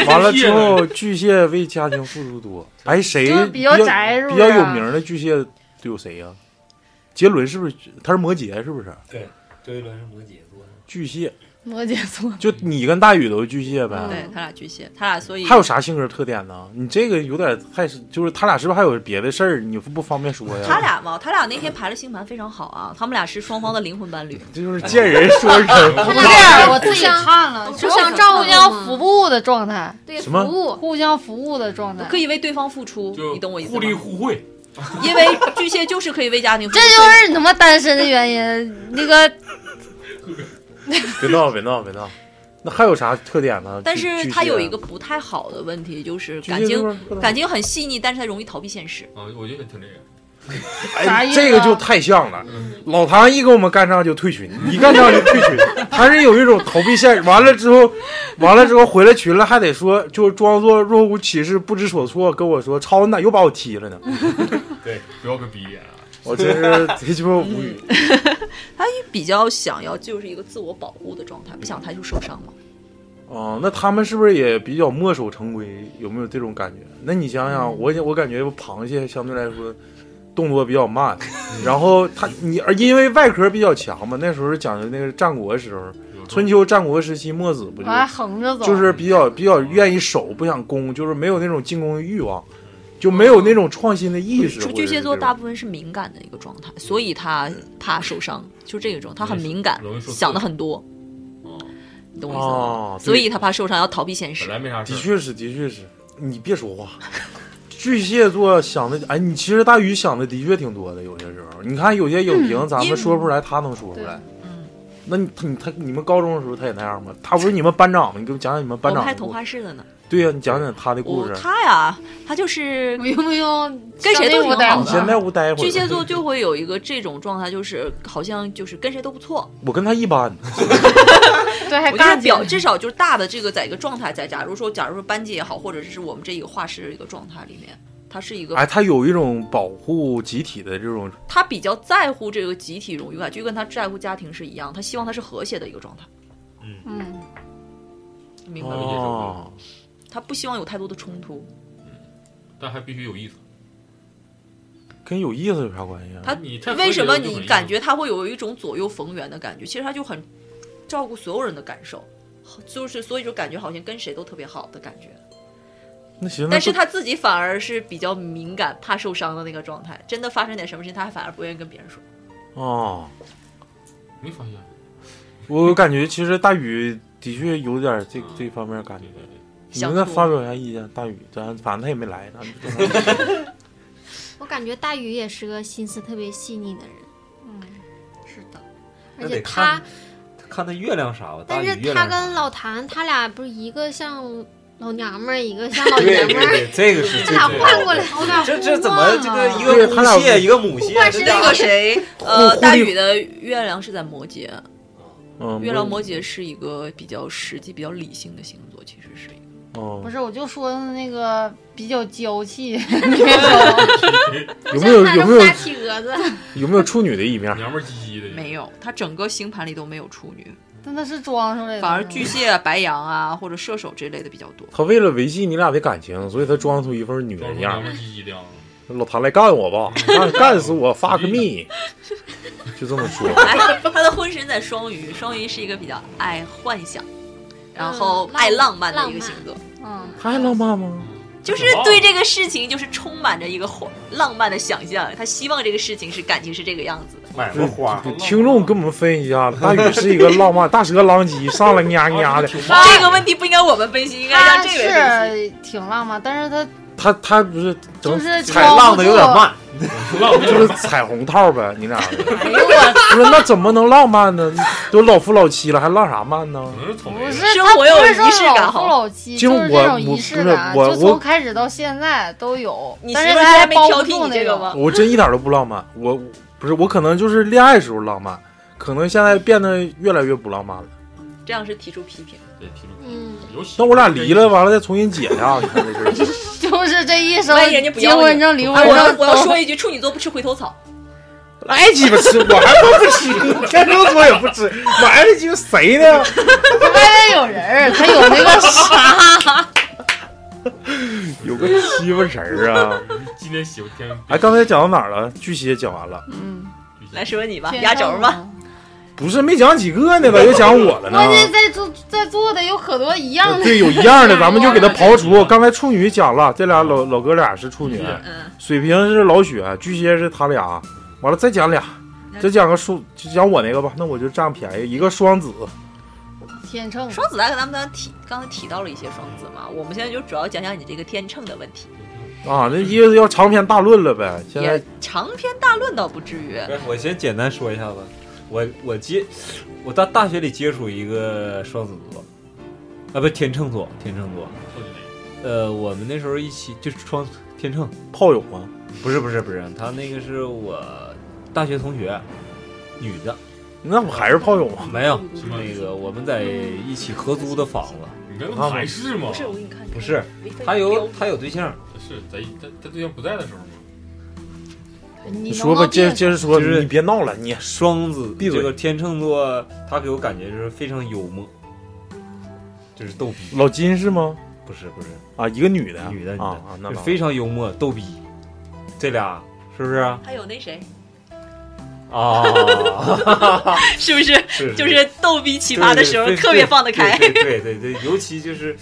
S2: 完了之后巨蟹为家庭付出多。哎，谁
S4: 就是
S2: 比
S4: 比较宅是不
S2: 比
S4: 是啊
S2: 较有名的巨蟹都有谁呀？杰伦是不是？他是摩羯是不是？
S9: 周杰伦是摩羯座，
S2: 巨蟹，
S4: [LAUGHS] 摩羯座，
S2: 就你跟大宇都是巨蟹呗。
S4: 嗯
S3: 对他俩巨蟹，他俩所以
S2: 还有啥性格特点呢？你这个有点太是，就是他俩是不是还有别的事儿？你不方便说
S1: 啊
S2: 呀？
S3: 他俩嘛，他俩那天排的星盘非常好啊，他们俩是双方的灵魂伴侣。
S2: 这就是见人说人
S3: [LAUGHS]
S7: 他
S2: 话。
S4: 不
S7: 俩
S4: 是，我
S7: 互
S4: 自己
S7: 相
S4: 看了，
S7: 互相照
S4: 互
S7: 顾
S4: 相服务的状态，
S7: 对
S2: 什
S7: 服
S2: 么
S7: 务，
S4: 互相服务的状态，
S3: 可以为对方付出，
S1: 嗯就
S3: 你懂我意思
S1: 互利
S3: 吗？
S1: 互惠，
S3: 因为巨蟹就是可以为家庭付出，
S4: 这就是你他妈单身的原因。那个
S2: 别闹，别闹，别闹。那还有啥特点呢？
S3: 但
S2: 巨
S3: 是他有一个，不太好的问题，就是感情感情很细腻，但是他容易逃避现实。
S1: 啊，我就想听这个，
S2: 情
S4: 啥
S2: 哎，
S4: 意思啊
S2: 这个就太像了。老唐一跟我们干仗就退群，一干仗就退群， [LAUGHS] 他是有一种逃避现实。完了之后，完了之后回来群了，还得说，就装作若无其事、不知所措，跟我说：“超，你咋又把我踢
S4: [LAUGHS]
S2: 了呢
S1: 对，不要个逼脸啊！？”
S2: 我真是贼鸡巴无语。
S3: 比较想要就是一个自我保护的状态，不想太去受伤嘛。
S2: 哦，那他们是不是也比较墨守成规？有没有这种感觉？那你想想，
S4: 嗯
S2: 我我感觉螃蟹相对来说动作比较慢，然后它你而因为外壳比较强嘛，那时候讲究那个战国时候，春秋战国时期墨子不
S4: 我
S2: 就
S3: 啊
S4: 还横着走，
S2: 就是比较比较愿意守，不想攻，就是没有那种进攻的欲望，就没有那种创新的意识。
S3: 巨
S2: 或者
S3: 巨
S2: 是
S3: 蟹座
S2: 这种
S3: 大部分是敏感的一个状态，所以他怕受伤，就这种，他很敏感
S1: 容易，受刺激
S3: 想的很多，
S1: 哦，
S3: 你懂我意思吗？
S2: 哦，对
S3: 所以他怕受伤，要逃避现
S1: 本
S3: 实。
S1: 来没啥事
S2: 的
S1: 儿，
S2: 确是，的确是，你别说话。巨蟹座想的，哎，你其实大鱼想的的确挺多的，有些时候，你看有些影评咱
S3: 嗯因为
S2: 们说不出来，他能说出
S4: 对
S2: 来。
S3: 嗯，
S2: 那你他你他你们高中的时候他也那样吗？他不是你们班长吗？你给我讲讲你们
S3: 我
S2: 班
S3: 们
S2: 长
S3: 拍
S2: 的
S3: 童
S2: 故事。
S3: 话式的呢，
S2: 对呀、你讲讲他的故
S3: 我
S2: 事。
S3: 他呀，
S4: [LAUGHS]
S3: 他就是
S4: 我用不用
S3: 跟谁都挺好的
S2: 你先在屋待一会儿。
S3: 巨蟹座就会有一个这种状态，就是好像就是跟谁都不错，
S2: 我跟他一般，
S4: 对，还
S3: 我就是
S4: 干
S3: 表，
S4: 净
S3: 至少就是大的这个在一个状态，在假如说，假如说班级也好，或者是我们这一个画室的一个状态里面，他是一个
S2: 哎，他有一种保护集体的这种，
S3: 他比较在乎这个集体荣誉感，就跟他在乎家庭是一样，他希望他是和谐的一个状态，
S4: 嗯，
S3: 明白吗？
S2: 哦，
S3: 他不希望有太多的冲突，
S1: 但还必须有意思。
S2: 跟有意思有啥关系啊？
S3: 他
S1: 你太
S3: 为什么
S1: 和谐了就
S3: 你
S1: 很意思
S3: 感觉他会有一种左右逢源的感觉？其实他就很照顾所有人的感受，就是所以就感觉好像跟谁都特别好的感觉。
S2: 那行，那
S3: 但
S2: 就
S3: 是他自己反而是比较敏感、怕受伤的那个状态，真的发生点什么事情，他还反而不愿意跟别人说。
S2: 哦，
S1: 没发现？
S2: 啊我感觉其实大宇的确有点这
S1: 嗯
S2: 这方面感觉
S1: 对。对对，
S2: 你们
S3: 想
S2: 再
S3: 多
S2: 发表一下意见，大宇，咱反正他也没
S3: [LAUGHS]
S2: 来，咱们就这么
S7: 我感觉大宇也是个心思特别细腻的人，
S3: 是的，
S9: 嗯
S7: 而
S9: 那得
S7: 且他
S9: 看，看他月亮啥吧，大
S7: 但
S9: 宇
S7: 是
S9: 月
S7: 他
S9: 亮啥
S7: 跟老谭他俩不是一个像老娘们儿，一个像老爷
S9: 对对
S7: 们儿，
S9: 对，这个是
S7: 他
S9: 最
S7: 俩
S9: 重
S7: 换
S9: 要
S7: 过来
S9: 的。，
S7: 我俩
S9: 这这怎么这个一个
S2: 对他俩
S9: 公蟹一个母蟹
S7: 互换？
S9: 这
S7: 是
S3: 那
S7: 的
S3: 个 [LAUGHS] 谁，
S2: 互
S3: 呃，
S2: 互
S3: 大
S2: 利
S3: 宇的月亮是在摩羯，
S2: 嗯，
S3: 月亮摩
S2: 羯，
S3: 羯是一个比较实际、比较理性的星座，其实是一个。
S4: 不
S2: 嗯，
S4: 是，我就说那个比较娇气，
S2: 有没有
S7: 像他
S2: 有
S7: 这
S2: 没
S7: 么
S2: 有 [LAUGHS]
S7: 大
S4: [LAUGHS]
S7: 体格子，
S2: 有没有处女的一面？
S1: 娘们儿唧唧的，
S3: 没有，他整个星盘里都没有处女，
S4: 但那是装出来的。
S3: 反而巨蟹、啊、白羊啊，或者射手这类的比较多。
S2: 他为了维系你俩的感情，所以他装出一份女人样
S1: 装出娘们儿唧
S9: [LAUGHS]
S1: 唧的啊。
S2: 老谭来干我吧，干干死我，fuck
S3: [LAUGHS]
S2: me，就这么说。
S3: [LAUGHS] 哎，他的婚神在双鱼，双鱼是一个比较爱幻想，然后
S7: 嗯
S3: 爱浪漫的
S7: 浪
S3: 一个星座，
S4: 嗯，
S2: 他还浪漫吗？
S3: 就是对这个事情就是充满着一个幻浪漫的想象，他希望这个事情是感情是这个样子的。
S6: 买过花，
S2: 听众跟我们分析一 [LAUGHS] 下，大宇是一个浪漫大舌狼藉，上来呀呀 [LAUGHS] 的。
S3: 这个问题不应该我们分析，应该
S4: 他
S3: 让这位分析。
S4: 是挺浪漫，但是他
S2: 他他不是
S4: 就
S2: 整
S4: 是
S2: 踩
S4: 装不
S2: 浪的有
S4: 住
S2: 点慢，
S1: 浪漫
S2: 就是彩虹套呗，你俩。不是那怎么能浪漫呢？都老夫老妻了，还浪啥漫呢？
S1: 可能是草莓
S4: 不
S1: 人
S4: 是他不是
S3: 生活有
S4: 说
S3: 仪式感
S4: 老夫
S3: 好
S4: 老妻，
S2: 其实
S4: 就是
S2: 我
S4: 这种
S2: 我
S4: 仪
S2: 不
S4: 式
S2: 是
S4: 感，
S2: 我
S4: 就
S2: 我
S4: 从开始到现在都有。
S3: 你
S4: 但
S3: 媳
S4: 是
S3: 妇儿
S4: 他
S3: 现在
S4: 还
S3: 没
S4: 包
S3: 挑
S4: 不
S3: 剔
S4: 住
S3: 你这
S4: 那
S3: 个
S4: 种
S3: 吗？
S2: 我真一点都不浪漫，我不是我可能就是恋爱时候浪漫，可能现在变得越来越不浪漫了。
S3: 这样是提出批评。
S1: 对评论
S7: 嗯，
S1: 有喜
S2: 那我俩离了，完了再重新解呀，你看这 [LAUGHS] 事儿。
S4: [LAUGHS] 就是这一生
S3: 万一人家不
S4: 结
S3: 要
S4: 婚
S3: 你
S4: 证、离
S3: 啊我
S4: 婚
S3: 要
S4: [LAUGHS] 证，
S3: 我要说一句，处女座不吃回头草。
S2: 来鸡巴吃，我还不吃，天秤座也不吃，买了鸡巴谁呢？
S4: 外面哎有人儿，他有那个啥，
S2: 有个欺负人儿啊！
S1: 今天喜欢天
S2: 哎，刚才讲到哪儿了？巨蟹讲完了，
S4: 嗯，
S3: 来说你吧，
S4: 天
S3: 压
S4: 上
S3: 轴吧。
S4: 呢。
S2: 不是没讲几个呢，咋又讲我了
S4: [LAUGHS]
S2: 呢
S4: 关？键在座在座的有可多一样的，
S2: 对，有一样的，咱们就给他刨
S1: 我
S2: 除。刚才处女讲了，这俩老老哥俩是处女，
S1: 嗯
S3: 嗯，
S2: 水瓶是老雪，巨蟹是他俩。完了再讲俩，再讲个数，就讲我那个吧。那我就占便宜，一个双子，
S4: 天秤，
S3: 嗯双子来跟咱们刚才提刚才提到了一些双子嘛，我们现在就主要讲讲你这个天秤的问题，
S2: 啊，那意思要长篇大论了呗。现在
S3: 也长篇大论倒不至于。
S6: 不是哎我先简单说一下吧，我我接我到大学里接触一个双子座，啊不天秤座，天秤座，呃我们那时候一起就是双天秤，
S2: 炮友吗？
S6: 不是不是不是，他那个是我大学同学，女的，
S2: 那不还是炮友吗？
S6: 没有
S1: 是吗
S6: 那个我们在一起合租的房子，
S1: 你看那还是吗？
S3: 我给你看，
S6: 不是他有他有对象，
S1: 是在在在对象不在的时候吗？
S4: 你
S2: 你
S4: 能
S2: 说
S4: 不
S2: 吧，
S4: 能
S2: 接
S4: 别
S2: 接着说，
S6: 就是
S2: 你别闹了，你
S6: 双子
S2: 闭嘴
S6: 这个天秤座，他给我感觉就是非常幽默，就是逗逼，
S2: 老金是吗？
S6: 不是不是。
S2: 啊，一个女的，
S6: 女的女的
S2: 啊啊，那
S6: 就
S2: 倒
S6: 非常幽默逗逼，这俩是不是啊？
S3: 还有那谁， [LAUGHS]
S6: 啊，
S3: 是不是
S6: 是
S3: 就是逗逼奇葩的时候
S6: 对对对
S3: 特别放得开？
S6: 对对对对，尤其就是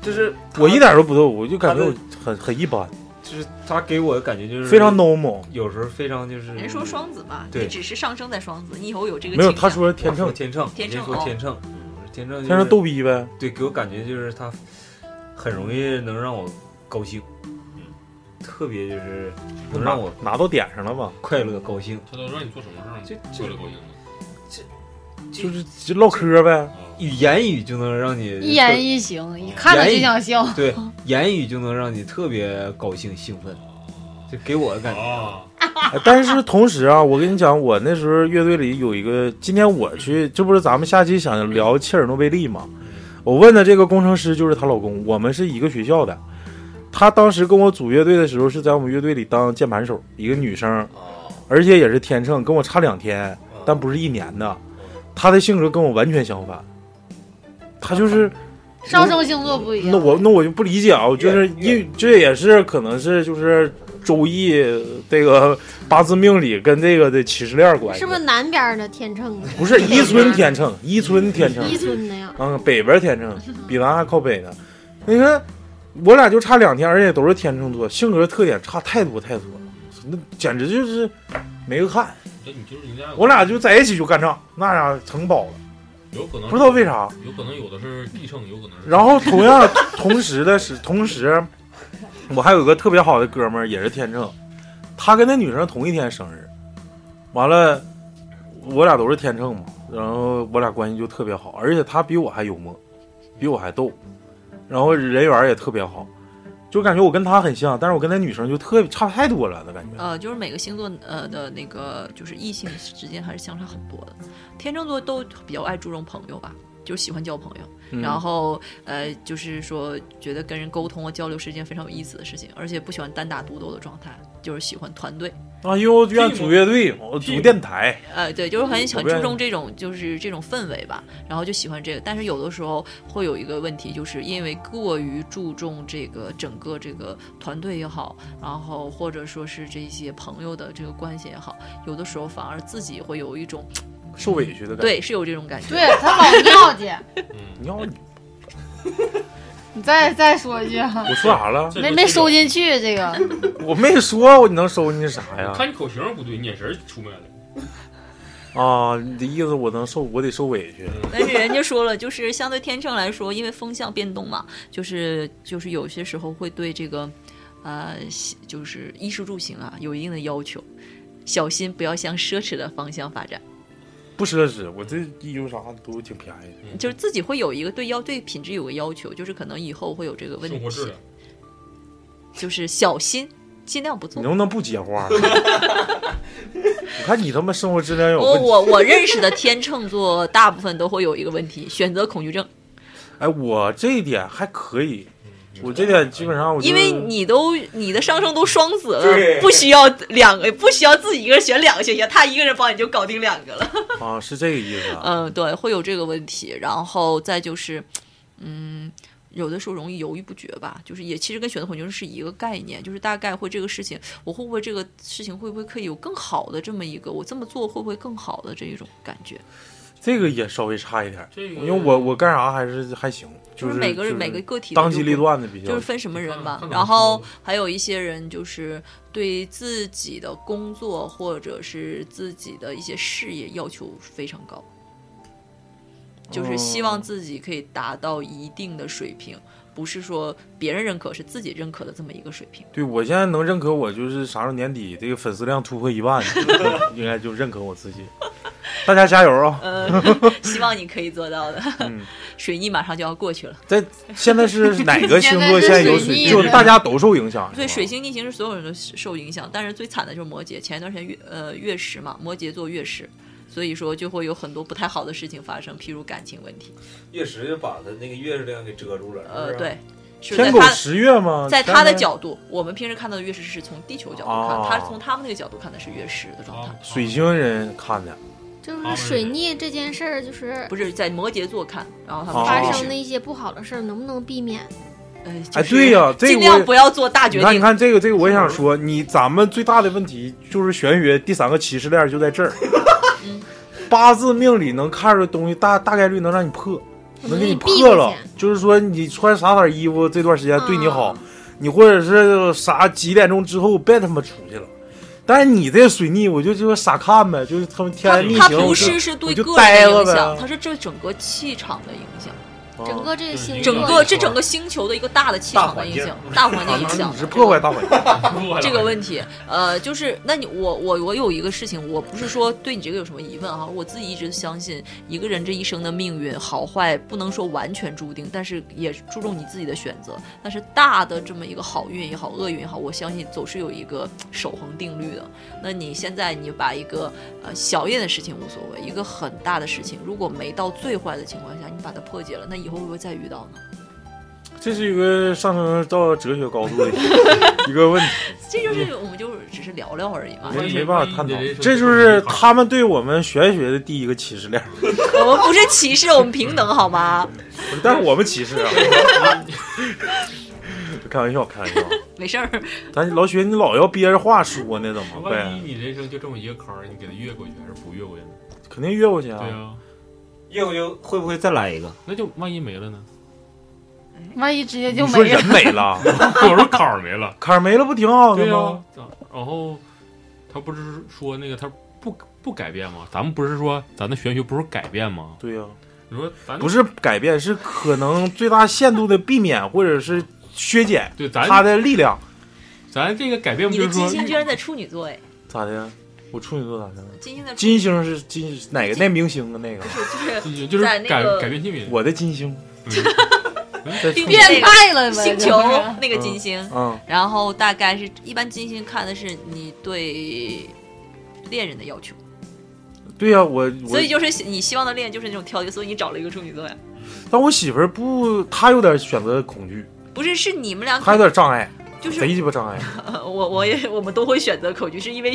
S6: 就是
S2: 我一点都不逗，我就感觉
S6: 他
S2: 我
S6: 的
S2: 很很一般，
S6: 就是他给我的感觉就是
S2: 非常 normal。
S6: 有时候非常就是
S3: 人说双子嘛，
S6: 对
S3: 你只是上升在双子，你以后有这个
S2: 没有，
S3: 倾
S2: 他
S3: 向
S2: 说天
S6: 天
S2: 秤
S6: 秤，天秤，人
S3: 天秤
S6: 说
S3: 哦
S6: 天秤，嗯天秤
S2: 天
S6: 就是
S2: 秤逗逼呗，
S6: 对，给我感觉就是他很容易能让我高兴，嗯特别就是能让我
S2: 拿到点上了吧？
S6: 快乐高兴，
S1: 他都让你做什么事儿呢？
S6: 这
S1: 为
S6: 这
S1: 了高兴吗？
S2: 就是就唠嗑呗，
S1: 啊，
S6: 语言语就能让你
S4: 一言一行，一看着就想笑。
S6: 对，言语就能让你特别高兴兴奋，就给我的感觉。
S1: 啊，
S2: 哎 [LAUGHS] 但是同时啊，我跟你讲，我那时候乐队里有一个，今天我去，这不是咱们下期想聊切尔诺贝利吗？我问的这个工程师就是她老公，我们是一个学校的。她当时跟我组乐队的时候是在我们乐队里当键盘手，一个女生，而且也是天秤，跟我差两天，但不是一年的。她的性格跟我完全相反，她就是
S4: [LAUGHS] 上升星座不一样。
S2: 那我那我就不理解啊，我就是因为这也是可能是就是周易这个八字命理跟这个的歧视链儿关系，
S7: 是不是南边的天秤啊？
S2: 不是伊村天秤，
S7: [LAUGHS]
S2: 伊村天秤，
S7: 伊村的呀？
S2: 嗯，北边天秤比咱还靠北呢。你看我俩就差两天，而且都是天秤座，性格特点差太多太多了，那简直就是没个看。
S1: 这你就是你俩有，
S2: 我俩就在一起就干仗，那俩成宝了，
S1: 有可能
S2: 不知道为啥。
S1: 有可能有的是地秤，有可能是
S2: 然后同样同时的是，同时我还有个特别好的哥们儿，也是天秤，他跟那女生同一天生日，完了我俩都是天秤嘛，然后我俩关系就特别好，而且他比我还幽默，比我还逗，然后人缘儿也特别好，就感觉我跟他很像，但是我跟那女生就特别差太多了的感觉。
S3: 呃，就是每个星座呃的那个就是异性之间还是相差很多的。天秤座都比较爱注重朋友吧，就是喜欢交朋友，
S2: 嗯
S3: 然后呃，就是说觉得跟人沟通和啊交流是一件非常有意思的事情，而且不喜欢单打独斗的状态，就是喜欢团队。
S2: 啊，因为我愿组乐队，我组电台。
S3: 呃，对，就是很
S2: 嗯我
S3: 很
S2: 不愿
S3: 注
S2: 意
S3: 重这种就是这种氛围吧，然后就喜欢这个。但是有的时候会有一个问题，就是因为过于注重这个整个这个团队也好，然后或者说是这些朋友的这个关系也好，有的时候反而自己会有一种
S2: 受委屈的感觉
S3: 对，是有这种感觉。
S4: 对他老尿去。
S1: 嗯
S2: 尿你，
S4: 你再再说一句啊，
S2: 我说啥了？
S4: 没没收进去这个。
S2: 我没说，我你能收进去啥哎呀？
S1: 看你口型不对，眼神出卖了。
S2: 啊，你的意思我能受，我得受委屈。
S3: [LAUGHS] 但是人家说了，就是相对天秤来说，因为风向变动嘛，就是就是有些时候会对这个，呃，喜就是衣食住行啊有一定的要求，小心不要向奢侈的方向发展，
S2: 不奢侈，我这衣服啥的都挺便宜的。
S3: 就是自己会有一个对要对品质有个要求，就是可能以后会有这个问
S2: 生活质
S3: 题
S2: 量，
S3: 就是小心，尽量不
S2: 你
S3: 做。
S2: 能不能不接
S3: [LAUGHS]
S2: 话？我看你他妈生活质量有
S3: 我
S2: 问题。
S3: 我我认识的天秤座大部分都会有一个问题，选择恐惧症。
S2: 哎，我这一点还可以，我这点基本上我就
S3: 因为你都你的上升都双子
S2: 对
S3: 了，不需要两个，不需要自己一个人选两个选项，他一个人帮你就搞定两个了。
S2: 啊是这个意思啊。
S3: 嗯，对，会有这个问题。然后再就是，嗯，有的时候容易犹豫不决吧，就是也其实跟选择恐惧症是一个概念，就是大概会这个事情，我会不会这个事情会不会可以有更好的这么一个，我这么做会不会更好的这一种感觉。
S2: 这个也稍微差一点，
S3: 这个
S2: 因为我我干啥还是还行，
S3: 就是每个人、
S2: 就
S3: 每个个体的
S2: 当机
S3: 就
S2: 立
S3: 会
S2: 断的比较，
S3: 就是分什么人吧
S2: 看。看
S3: 然后还有一些人就是对自己的工作或者是自己的一些事业要求非常高，就是希
S2: 哦
S3: 望自己可以达到一定的水平，不是说别人认可，是自己认可的这么一个水平。
S2: 对我现在能认可我，就是啥时候年底这个粉丝量突破一
S3: [LAUGHS]
S2: 万，应该就认可我自己。大家加油啊！
S3: [LAUGHS]
S2: 嗯
S3: 呃，希望你可以做到的。水逆马上就要过去了。 [LAUGHS]
S2: 这现在是哪个星座现在有水逆？
S3: 现在是水逆
S2: 就是大家都受影响。
S3: 对，水星逆行是所有人都受影响，但是最惨的就是摩羯。前一段时间月呃月食嘛，摩羯座月食，所以说就会有很多不太好的事情发生，譬如感情问题。
S9: 月食就把他那个月亮给遮住了。
S3: 呃，对，是在
S2: 天狗
S3: 他
S2: 十月吗？
S3: 在他的
S2: 天
S3: 角度，我们平时看到的月食是从地球角度看，
S2: 哦
S3: 他是从他们那个角度看的是月食的
S1: 啊
S3: 状态，
S1: [LAUGHS]
S2: 水星人看的，
S7: 就是水逆这件事儿，就是
S3: 不是在摩羯座看，然后他们
S2: 哦
S7: 发生的一些不好的事儿，能不能避免？
S3: 呃，
S2: 哎，对呀、这个
S3: 尽量
S2: 我
S3: 不要做大决
S2: 你看，你
S3: 定。
S2: 看这个，这个我也想说，你咱们最大的问题就是玄学第三个歧视链就在这儿。
S3: 嗯
S2: [LAUGHS] 八字命里能看出的东西大，大概率能让你破，
S3: 嗯
S2: 能给你破了。就是说，你穿啥色衣服这段时间对你
S3: 嗯
S2: 好，你或者是啥几点钟之后别他妈出去了。但是你这水逆，我就就傻看呗，就是他们
S3: 他
S2: 天逆
S3: 他
S2: 行，我
S3: 不
S2: 就是
S3: 是对
S2: 我就
S3: 个
S2: 呆
S3: 人的
S2: 了
S3: 影响，他
S2: 呗。
S3: 是这整个气场的影响。
S2: 哦
S7: 整个
S2: 嗯
S7: 这个星
S3: 整
S7: 座
S3: 个这整个星球的一个大的气场的影响，大环
S2: [LAUGHS]
S3: 境影响
S2: 你。是破坏大环境。
S3: 这个问题，呃，就是那你我我我有一个事情，我不是说对你这个有什么疑问啊哈，我自己一直相信一个人这一生的命运好坏不能说完全注定，但是也注重你自己的选择。但是大的这么一个好运也好，厄运也好，我相信总是有一个守恒定律的。那你现在你把一个呃小一点的事情无所谓，一个很大的事情，如果没到最坏的情况下，你把它破解了，那以后会不会再遇到呢？
S2: [LAUGHS] 这是一个上升到哲学高度的一个
S1: [LAUGHS]
S2: 问题。
S3: 这就是我们就是只是聊聊而已嘛。
S2: 人没办法探讨，这就是他们对我们玄学的第一个歧视链。
S3: 我们不是歧视，我们平等好吗？
S2: 但是我们歧视啊！ [LAUGHS] 开玩笑，开玩笑。
S3: 没事儿，
S2: 咱老雪，你老要憋着话说呢，怎么
S1: 万一
S2: 呗？
S1: 你人生就这么一个坑儿，你给他越过去还是不越过去呢？
S2: 肯定越过去啊！
S1: 对啊，
S9: 越过去会不会再来一个？
S1: 那就万一没了呢？
S4: 万一直接
S2: 你
S4: 就
S2: 说
S4: 没了
S2: 人。没了，
S1: [LAUGHS]
S4: [LAUGHS]
S1: 我说坎儿没
S2: [LAUGHS]
S1: 了，
S2: 坎儿没了不挺好的
S1: 对啊
S2: 吗
S1: 呀？、然后他不是说那个他不不改变吗？咱们不是说咱的玄学不是改变吗？
S2: 对呀、
S1: 你说咱
S2: 不是改变，是可能最大限度的避免或者是削减
S1: 对咱
S2: 它的力量。
S1: 咱这个改变不
S3: 你
S1: 就
S3: 的
S1: 是
S3: 金
S1: 说
S3: 星居然在处女座哎，
S2: 咋的呀？我处女座咋的了？
S3: 金星在
S2: 金星是金哪个？那明星的那个？ [LAUGHS]
S3: 就是
S1: 就是嗯
S3: 在
S1: 改
S3: 那个
S1: 改变性别，
S2: 我的金星。
S1: 嗯
S2: 在处女
S4: 变态了呗
S3: 星球那个金星，
S2: 嗯
S3: 然后大概是一般金星看的是你对恋人的要求，
S2: 对呀、我我
S3: 所以就是你希望的恋就是那种挑剔，所以你找了一个处女座呀？
S2: 但我媳妇儿不，她有点选择恐惧，
S3: 不是，是你们俩
S2: 她有点障碍，
S3: 嗯就是呃
S2: 贼鸡巴障碍。
S3: 我我也我们都会选择口诀，是因为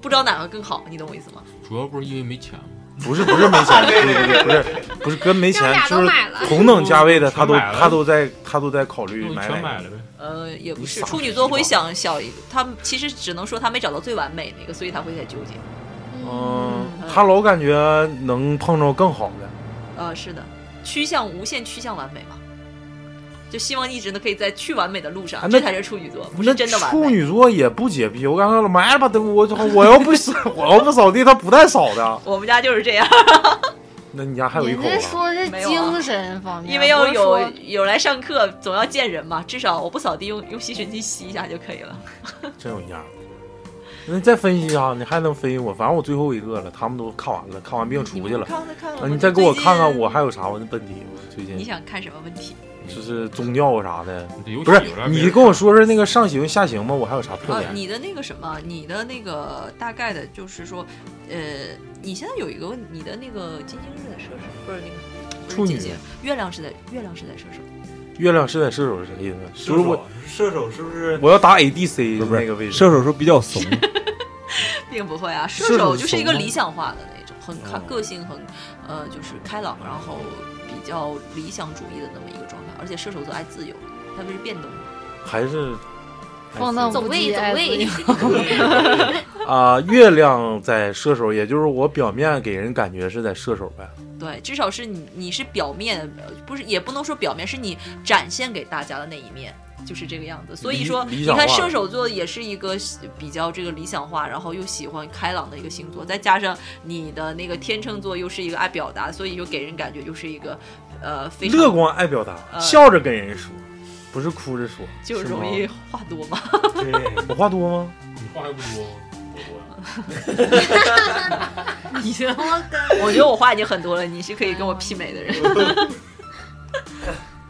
S3: 不知道哪个更好，你懂我意思吗？
S1: 主要不是因为没钱吗？
S2: 不是不是没
S1: [LAUGHS]
S2: 钱，对对对，不是不是跟没
S7: 让
S2: 钱
S7: 俩，
S2: 就
S7: 都
S2: 是
S7: 买了
S2: 同等价位的，
S1: 全
S2: 她都
S1: 买了
S2: 她都在她都在考虑
S1: 那我
S2: 买
S1: 全
S2: 哪
S1: 买
S2: 个
S1: 了呗。
S3: 呃，也不是，
S2: 你傻
S3: 处女座会想小一个，他们其实只能说他没找到最完美那个，所以他会在纠结。
S9: 哦
S2: 嗯，她老感觉能碰着更好的。
S3: 呃，是的，趋向无限趋向完美嘛，就希望一直呢可以在去完美的路上，
S2: 啊那
S3: 这才是处女座，不是真的
S2: 那
S3: 完
S2: 处
S3: 美。
S2: 女座也不洁癖，我刚才说了，买了吧，等我我要不扫 [LAUGHS] 我要不扫地，她不带扫的。
S3: 我们家就是这样，
S2: 那你家还有一
S4: 人
S2: 口
S4: 家
S2: 子？
S4: 说是
S3: 没有啊
S4: 精神方面，
S3: 因为要
S4: 不是说
S3: 有有来上课，总要见人嘛，至少我不扫地，用用吸尘器吸一下就可以了。
S2: 真有样儿。那你再分析一下，你还能分析我？反正我最后一个了，他们都看完了，看完病出去了
S3: 你。看再看
S2: 啊，
S3: 看，
S2: 你再给我看看，我
S3: 最近
S2: 还有啥问问题？我最
S3: 你
S2: 近
S3: 想看什么问题？
S2: 就是宗教啥的，
S1: 这游戏
S2: 不是
S1: 有点儿
S2: 你跟我说说那个上行下行吧，我还有啥特
S3: 啊，
S2: 点？
S3: 你的那个什么，你的那个大概的，就是说，呃，你现在有一个问，你的那个金星是在射手，不是那个不是
S2: 处女
S3: 金星，月亮是在月亮是在射手，
S2: 月亮是在射手是啥意思？就是我
S9: 射手是不是？
S2: 我要打 ADC
S9: 不是
S2: 那个位置，
S9: 射手是比较怂，
S3: 并不会啊，
S2: 射手
S3: 射手
S2: 是
S3: 就是一
S2: 怂
S3: 个
S2: 吗
S3: 理想化的那种，很开
S2: 哦
S3: 个性很，呃，就是开朗，然后比较理想主义的那么一个状态，而且射手座爱自由，特别是变动，
S2: 还是
S4: 放荡
S7: 走
S4: 不
S7: 位
S4: 羁
S7: 走
S4: 爱自
S7: 位
S4: 由，
S2: 啊、月亮在射手，也就是我表面给人感觉是在射手呗。
S3: [LAUGHS] 对，至少是你你是表面，呃不是也不能说表面，是你展现给大家的那一面，就是这个样子。所以
S2: 理
S3: 说，
S2: 理
S3: 你
S2: 想
S3: 看
S2: 化
S3: 射手座也是一个喜比较这个理想化，然后又喜欢开朗的一个星座，再加上你的那个天秤座又是一个爱表达，所以就给人感觉就是一个呃非常
S2: 乐观爱表达，
S3: 呃
S2: 笑着跟人说，不是哭着说，
S3: 就是容
S2: 吗
S3: 易话多嘛。
S9: 对，
S2: 我话多吗？
S1: 你话还不多，我多。
S3: 你觉得我 [LAUGHS] 我觉得我话已经很多了，你是可以跟我媲美的人。 [LAUGHS]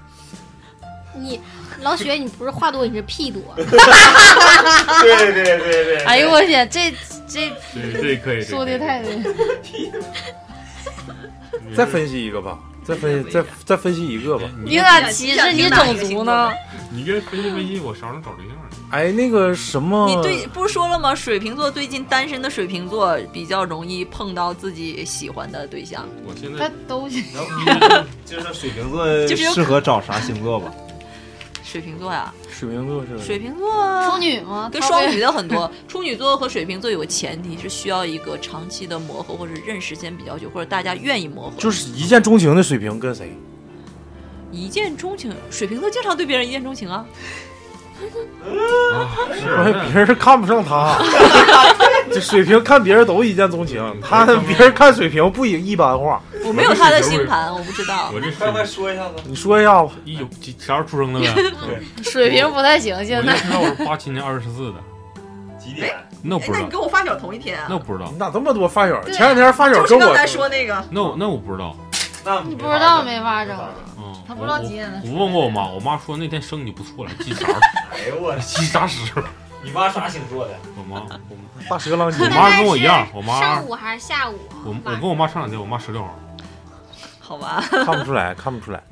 S7: 你老雪，你不是话多，你是屁
S4: [LAUGHS]
S7: 多。
S9: 对对对对，
S4: 哎呦我天，这这
S1: 这这可以，
S4: [LAUGHS] 说的太对了，
S2: 再分析一个吧，再分析再再分析一个吧。
S4: 你咋歧视你种族呢？
S1: 你这分析分析，我啥时候找对象啊呢？
S2: 哎，那个什么，
S3: 你对不是说了吗？水瓶座最近单身的水瓶座比较容易碰到自己喜欢的对象。
S1: 我现
S4: 他
S1: 在
S4: 都
S7: [LAUGHS]
S9: 然
S2: [LAUGHS]
S9: 后 [LAUGHS] 就是水瓶座
S3: 就是
S9: [LAUGHS]
S3: 有
S9: 适合找啥星座吧？
S3: 水瓶座呀，
S2: 水瓶座是吧
S3: 水瓶座
S4: 处女吗？
S3: 跟
S4: 他
S3: 双
S4: 被
S3: 鱼的很多，处女座和水瓶座有个前提是需要一个长期的磨合，或者认识时间比较久，或者大家愿意磨合。
S2: 就是一见钟情的水瓶跟谁？
S3: 一见钟情，水瓶座经常对别人一见钟情
S1: 啊
S3: 啊。
S2: 哎
S1: 是
S2: 别人看不上
S3: [LAUGHS]
S2: 他，这水瓶看别人都一见钟情，他别人看水瓶不一一般化。
S3: 我没有他的星盘，我不知道。
S1: 我这
S9: 快快
S1: 是
S9: 说一下子。
S2: 你说一下吧，
S1: 一九几啥时候出生的呗？
S4: [LAUGHS] 水平不太行，
S1: 我
S4: 现
S1: 就
S4: 在
S1: 知道我是八七年二十四的，
S9: 几点？
S1: 那我
S3: 哎
S1: 不知道，
S3: 我发小同一天啊
S4: 哎
S1: 那我不知道
S2: 你，咋这么多发小？
S4: 对啊
S2: 前两天发小跟我
S3: 那个，
S1: 那我那我不知道。
S9: 那
S4: 你不知道没法整。
S1: 嗯，
S4: 他不知道几点的
S1: 我我我问过我妈，我妈说那天生你不错了，记啥时候？
S9: 哎呦我
S1: 记啥时候？
S9: 你妈啥星座的？
S1: 我妈，我妈
S2: 大蛇郎
S1: 我
S3: [LAUGHS]
S2: 精。
S1: 妈跟我一样，我妈
S7: 上，午还是下午？啊
S1: 我我跟我妈上两天，我妈十六号，
S3: 好吧，
S2: 看不出来，看不出来。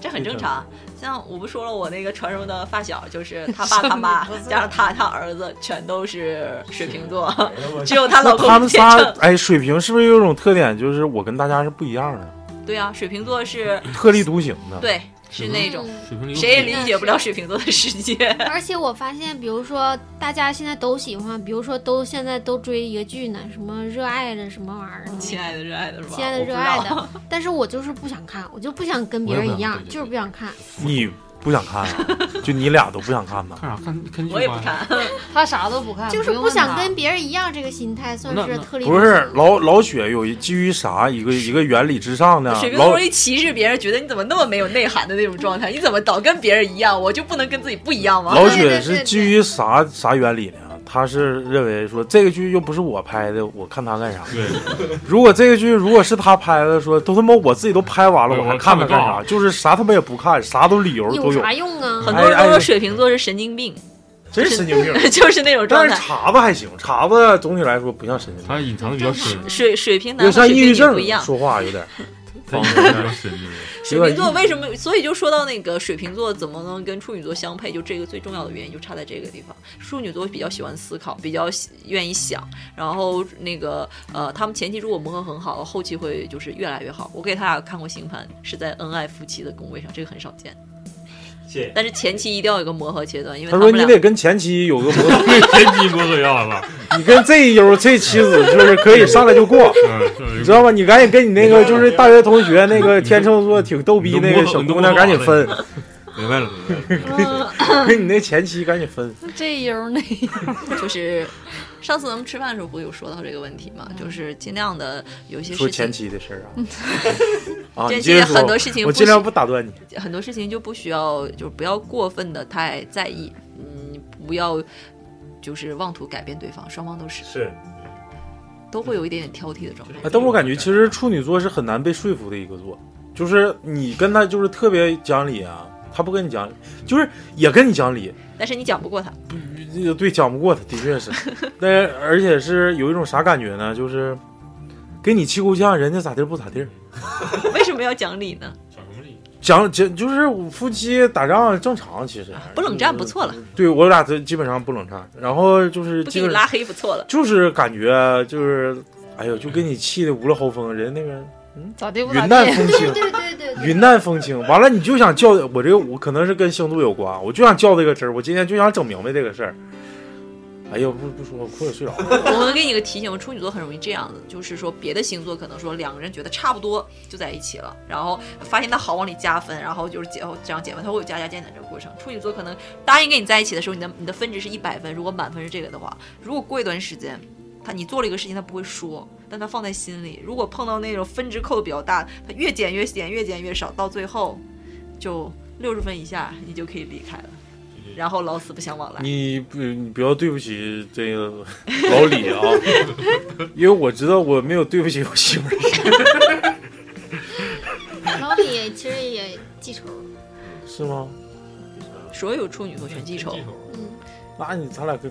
S3: 这很正常。像我不说了，我那个传说中的发小，就是他爸、
S7: [LAUGHS]
S3: 他妈加上他、他儿子，全都是水瓶座， [LAUGHS] 只有她老公
S2: 他们
S3: 天
S2: 仨
S3: 秤。，
S2: 哎，水瓶是不是有一种特点，就是我跟大家是不一样的，
S3: 对啊，水瓶座是，
S2: 特立独行的？，
S3: 对，是那种
S7: 嗯
S1: 水瓶
S3: 谁也
S1: 座。
S3: 理解不了水瓶座的世
S2: [LAUGHS]
S3: 界。
S7: 而且我发现，比如说大家现在都喜欢，比如说都现在都追一个剧呢，什么热爱着什么玩意儿
S1: 嗯
S7: 的，
S3: 亲爱的，热爱的是吧？
S7: 亲爱的热爱的。 [LAUGHS] 但是我就是不想看，我就不想跟别人一样
S1: 我也不想，对对对
S7: 就是不想看。
S2: 你不想看啊？就你俩都不想看呐？
S1: 看啥看看剧吧？
S3: 我也不看，
S4: 他啥都不看，
S7: 就是
S4: 用
S7: 不想
S4: 问他
S7: 跟别人一样，这个心态算
S1: 那
S7: 是
S1: 那
S7: 特立独
S2: 不
S7: 行
S2: 是老老雪有一基于啥一个一个原理之上呢
S3: 水？瓶座
S2: 老
S3: 容易歧视别人，觉得你怎么那么没有内涵的那种状态？你怎么老跟别人一样，我就不能跟自己不一样吗？
S2: 老
S7: 对
S2: 雪
S7: 对
S2: 是
S7: 对
S2: 基于啥啥原理呢？他是认为说这个剧又不是我拍的，我看他干啥？ [LAUGHS]
S1: 对，
S2: 如果这个剧如果是他拍的，说都他妈我自己都拍完了，
S1: 对
S2: 我还
S1: 我
S2: 看
S1: 看
S2: 他
S1: 不
S2: 干啥？
S1: 到
S2: 就是啥他妈也不看，啥都理由都
S7: 有
S2: 有。
S7: 啥用啊？
S3: 很多人都
S2: 哎哎
S3: 说水瓶座是神经病，，
S2: 真神经病
S3: [LAUGHS] 就是那种状
S2: 但是
S3: 态。
S2: 碴子还行，碴子总体来说不像神经病，
S1: 他隐藏的比较深，
S3: 水水瓶男
S2: 有
S3: 和
S2: 像
S3: 水
S2: 抑郁
S3: 瓶女
S2: 症
S3: 不一，样，
S2: 说话有点
S1: 他隐藏的比较深就是
S3: 水
S2: 有点
S3: 瓶座为什么？所以就说到那个水瓶座怎么能跟处女座相配，就这个最重要的原因就差在这个地方。处女座比较喜欢思考，比较喜愿意想，然后那个呃，他们前期如果磨合很好，后期会就是越来越好。我给他俩看过星盘，是在恩爱夫妻的宫位上，这个很少见。
S9: 谢谢。
S3: 但是前期一定要有个磨合阶段，因为
S2: 他说
S3: 们
S2: 你
S3: 俩
S2: 得跟前妻有个磨合，
S1: 对前期磨合要了，
S2: 你跟这一友这妻子就是可以上来就过，
S1: 嗯，
S2: 你
S1: 是
S2: 知道吧？你赶紧跟你那个就是大学同学那个天秤座挺逗逼那个小姑娘赶紧分，
S1: 明白了，明白了。
S3: 嗯
S2: 跟你那前妻赶紧分。
S4: 这油那
S3: 就是上次咱们吃饭的时候不是有说到这个问题嘛，就是尽量的有一些
S2: 嗯说
S3: 事
S2: 前
S3: 情，
S2: 妻的事儿啊，啊，
S3: 嗯这
S2: 你接
S3: 些
S2: 着说
S3: 很多，事情
S2: 我
S3: 不
S2: 尽
S3: 需
S2: 量不打断你。
S3: 很多事情就不需要，就是不要过分的太在意，嗯，不要就是妄图改变对方，双方都是
S9: 是，
S3: 都会有一点点挑剔的状态。
S2: 啊，但我感觉其实处女座是很难被说服的一个座，就是你跟他就是特别讲理啊，他不跟你讲理，就是也跟你讲理，
S3: 但是你讲不过他，
S2: 这个对讲不过他，的确
S3: [LAUGHS]
S2: 是，但是而且是有一种啥感觉呢？就是给你气够呛，人家咋地不咋地儿，
S3: 为什么要讲理呢？
S2: 讲讲就是夫妻打仗正常，其实
S3: 不冷战不错了，
S2: 对我俩这基本上不冷战，然后就是
S3: 不
S2: 基
S3: 给你
S2: 本
S3: 拉黑不错了。
S2: 就是感觉就是，哎呦，就给你气的无了豪风，人那边
S4: [LAUGHS] 咋地不咋
S2: 云淡
S4: 地，
S2: 风
S7: [LAUGHS]
S2: 轻。
S7: 对对对对，
S2: 云淡风轻，完了你就想较我这个，我可能是跟星度有关，我就想较这个真儿，我今天就想整明白这个事儿。哎呦，不不说，我困了睡着了。
S3: [LAUGHS] 我会给你一个提醒，处女座很容易这样子，就是说别的星座可能说两个人觉得差不多就在一起了，然后发现他好往里加分，然后就是结这样结婚，他会有加加减减这个过程。处女座可能答应跟你在一起的时候，你的你的分值是一百分，如果满分是这个的话，如果过一段时间。他你做了一个事情，他不会说，但他放在心里。如果碰到那种分值扣的比较大，他越减越减，越减越少，到最后就六十分以下，你就可以离开了，然后老死不相往来。
S2: 你不，你不要对不起这个老李啊， [LAUGHS] 因为我知道我没有对不起我媳妇儿。
S7: 老李其实也记仇，
S2: 是吗？
S3: 所有处女座全记仇，
S2: 那你咱俩可，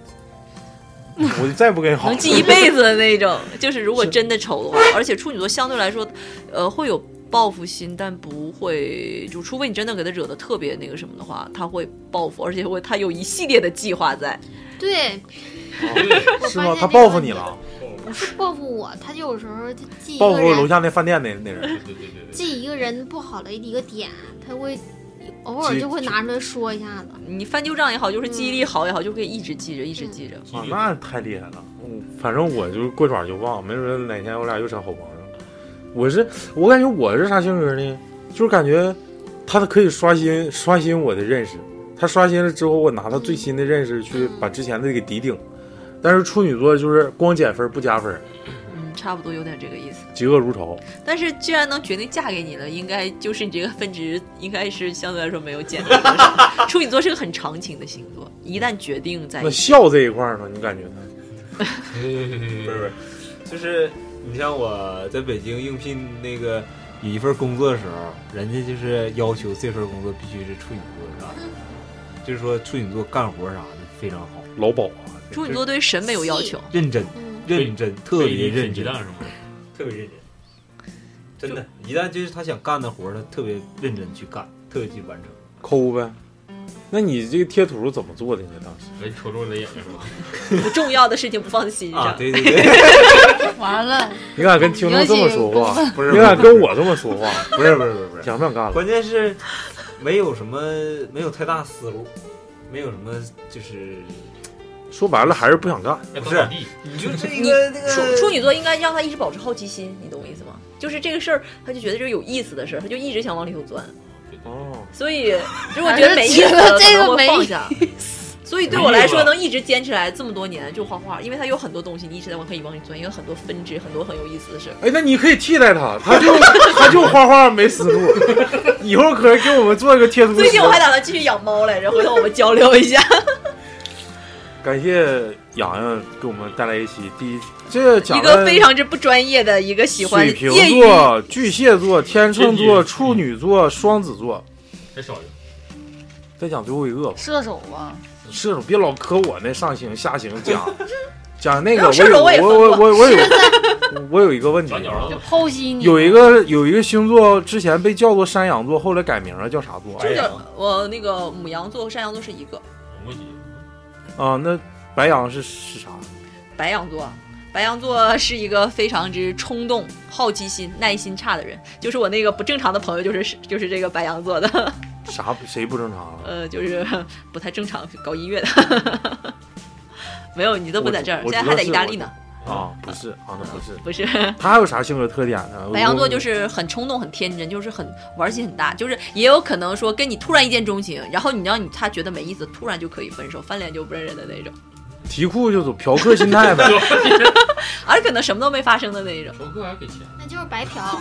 S2: 我就再不跟你好
S3: 能。记一辈子的那种。就是如果真的丑的话，而且处女座相对来说，呃，会有报复心，但不会就除非你真的给他惹得特别那个什么的话，他会报复，而且会他有一系列的计划在。
S7: 对，
S1: 哦
S7: 我
S2: 是
S7: 发
S2: 吗？
S7: 现
S2: 他
S7: 这
S2: 报
S7: 个
S2: 复
S7: 问
S2: 你
S7: 题
S2: 了，
S7: 不是报复我，他有时候就记一
S2: 报
S7: 个
S2: 复楼
S7: 人，
S2: 下那饭店那那人。
S7: 记一个人不好的一个点，他会偶尔
S2: 记
S7: 就会拿出来说一下子。
S3: 你翻旧账也好，就是记忆力好也好，就可以一直记着，一直记着。
S2: 啊，那太厉害了！嗯反正我就是过爪就忘，没准哪天我俩又成好朋友了。我是我感觉我是啥性格呢？就是感觉他可以刷新刷新我的认识，他刷新了之后，我拿他最新的认识去把之前的给抵顶。但是处女座就是光减分不加分，
S3: 嗯，差不多有点这个意思。
S2: 嫉恶如仇。
S3: 但是既然能决定嫁给你了，应该就是你这个分值应该是相对来说没有减的多少。处女座是个很长情的星座，一旦决定
S9: 哎
S3: 在一
S2: 那
S3: 起，
S2: 笑这一块儿呢，你感觉呢？
S9: 不是不是，就是你像我在北京应聘那个有一份工作的时候，人家就是要求这份工作必须是处女座，是吧？就是说处女座干活啥的非常好，
S2: 老鸨啊，
S3: 处女座对审美有要求。
S9: 认真
S7: 嗯，
S9: 认真，特别认
S1: 鸡
S9: 真，
S1: 蛋是吗？
S9: 特别认真。真的，一旦就是他想干的活儿，他特别认真去干，特别去完成。
S2: 抠呗。那你这个贴图怎么做的呢？当时
S1: 哎，戳中你的眼睛是吧？
S3: 不重要的事情不放在心上。
S9: 啊，对对对， [LAUGHS]
S4: 完了，
S2: 你敢跟听众这么说话？
S9: 不是
S2: 你敢跟我这么说话？ [LAUGHS]
S9: 不是不是不是不是，
S2: 想不想干
S9: [LAUGHS]
S2: 了？
S9: 关键是没有什么没有太大思路，没有什么就是
S2: 说白了还是不想干。
S9: 不
S1: 哎
S9: 是你就这个那
S3: 处
S4: 嗯
S9: 个
S3: 处女座应该让他一直保持好奇心，你懂我意思吗？就是这个事儿，他就觉得这是有意思的事儿，他就一直想往里头钻。
S2: 哦，
S3: 所以如果觉得没意思，
S4: 还是觉得这
S3: 可
S4: 个
S3: 能会
S4: 没
S3: 放下。所以对我来说，能一直坚持来这么多年就画画，因为它有很多东西，你一直在往可以往里钻，有很多分支，很多很有意思的事儿。
S2: 哎，那你可以替代他，他就 [LAUGHS] 他就画画没思路，以后可以给我们做一个贴图。
S3: 最近我还打算继续养猫来着，回头我们交流一下。
S2: 感谢洋洋给我们带来一期第一，这讲
S3: 一
S2: 了
S3: 个非常之不专业的一个喜欢
S2: 水瓶
S3: 业余
S2: 座、巨蟹座、天秤
S1: 业
S2: 座、
S1: 余
S2: 处女座、双子座，
S1: 再少一个，
S2: 再讲最后一个吧。
S4: 射手啊吧，
S1: 嗯
S2: 射手别老磕我那上行下行讲
S3: [LAUGHS]
S2: 讲那
S4: 然
S2: 个，
S4: 后
S2: 我
S4: 射手
S2: 有
S4: 我也
S2: 我
S4: 分
S2: 我我我有
S4: 是
S2: 我有一个问题，
S4: 就剖析你。
S2: 有一个有一个星座之前被叫做山羊座，后来改名了叫啥座？
S3: 就是我那个母羊座和山羊座是一个，
S2: 啊，那白羊是是啥？
S3: 白羊座，白羊座是一个非常之冲动、好奇心、耐心差的人。就是我那个不正常的朋友，就是就是这个白羊座的， [LAUGHS]
S2: 啥谁不正常啊？
S3: 呃，就是 [LAUGHS] 不太正常，搞音乐的。 [LAUGHS] 没有，你都不在这儿，
S2: 我
S3: 现
S2: 知
S3: 在还在意大利呢。。
S2: 我知道是我啊，不是啊，那不
S3: [LAUGHS]
S2: 是
S3: 不是。
S2: 他还有啥性格特点呢？
S3: 白羊座就是很冲动、很天真，就是很玩心很大，就是也有可能说跟你突然一见钟情，然后你让你他觉得没意思，突然就可以分手，翻脸就不认人的那种，
S2: 我题库就走嫖客心态
S3: [LAUGHS]
S2: 呗。
S3: 而可能什么都没发生的那种。
S1: 嫖客还给钱，
S7: 那就是白嫖。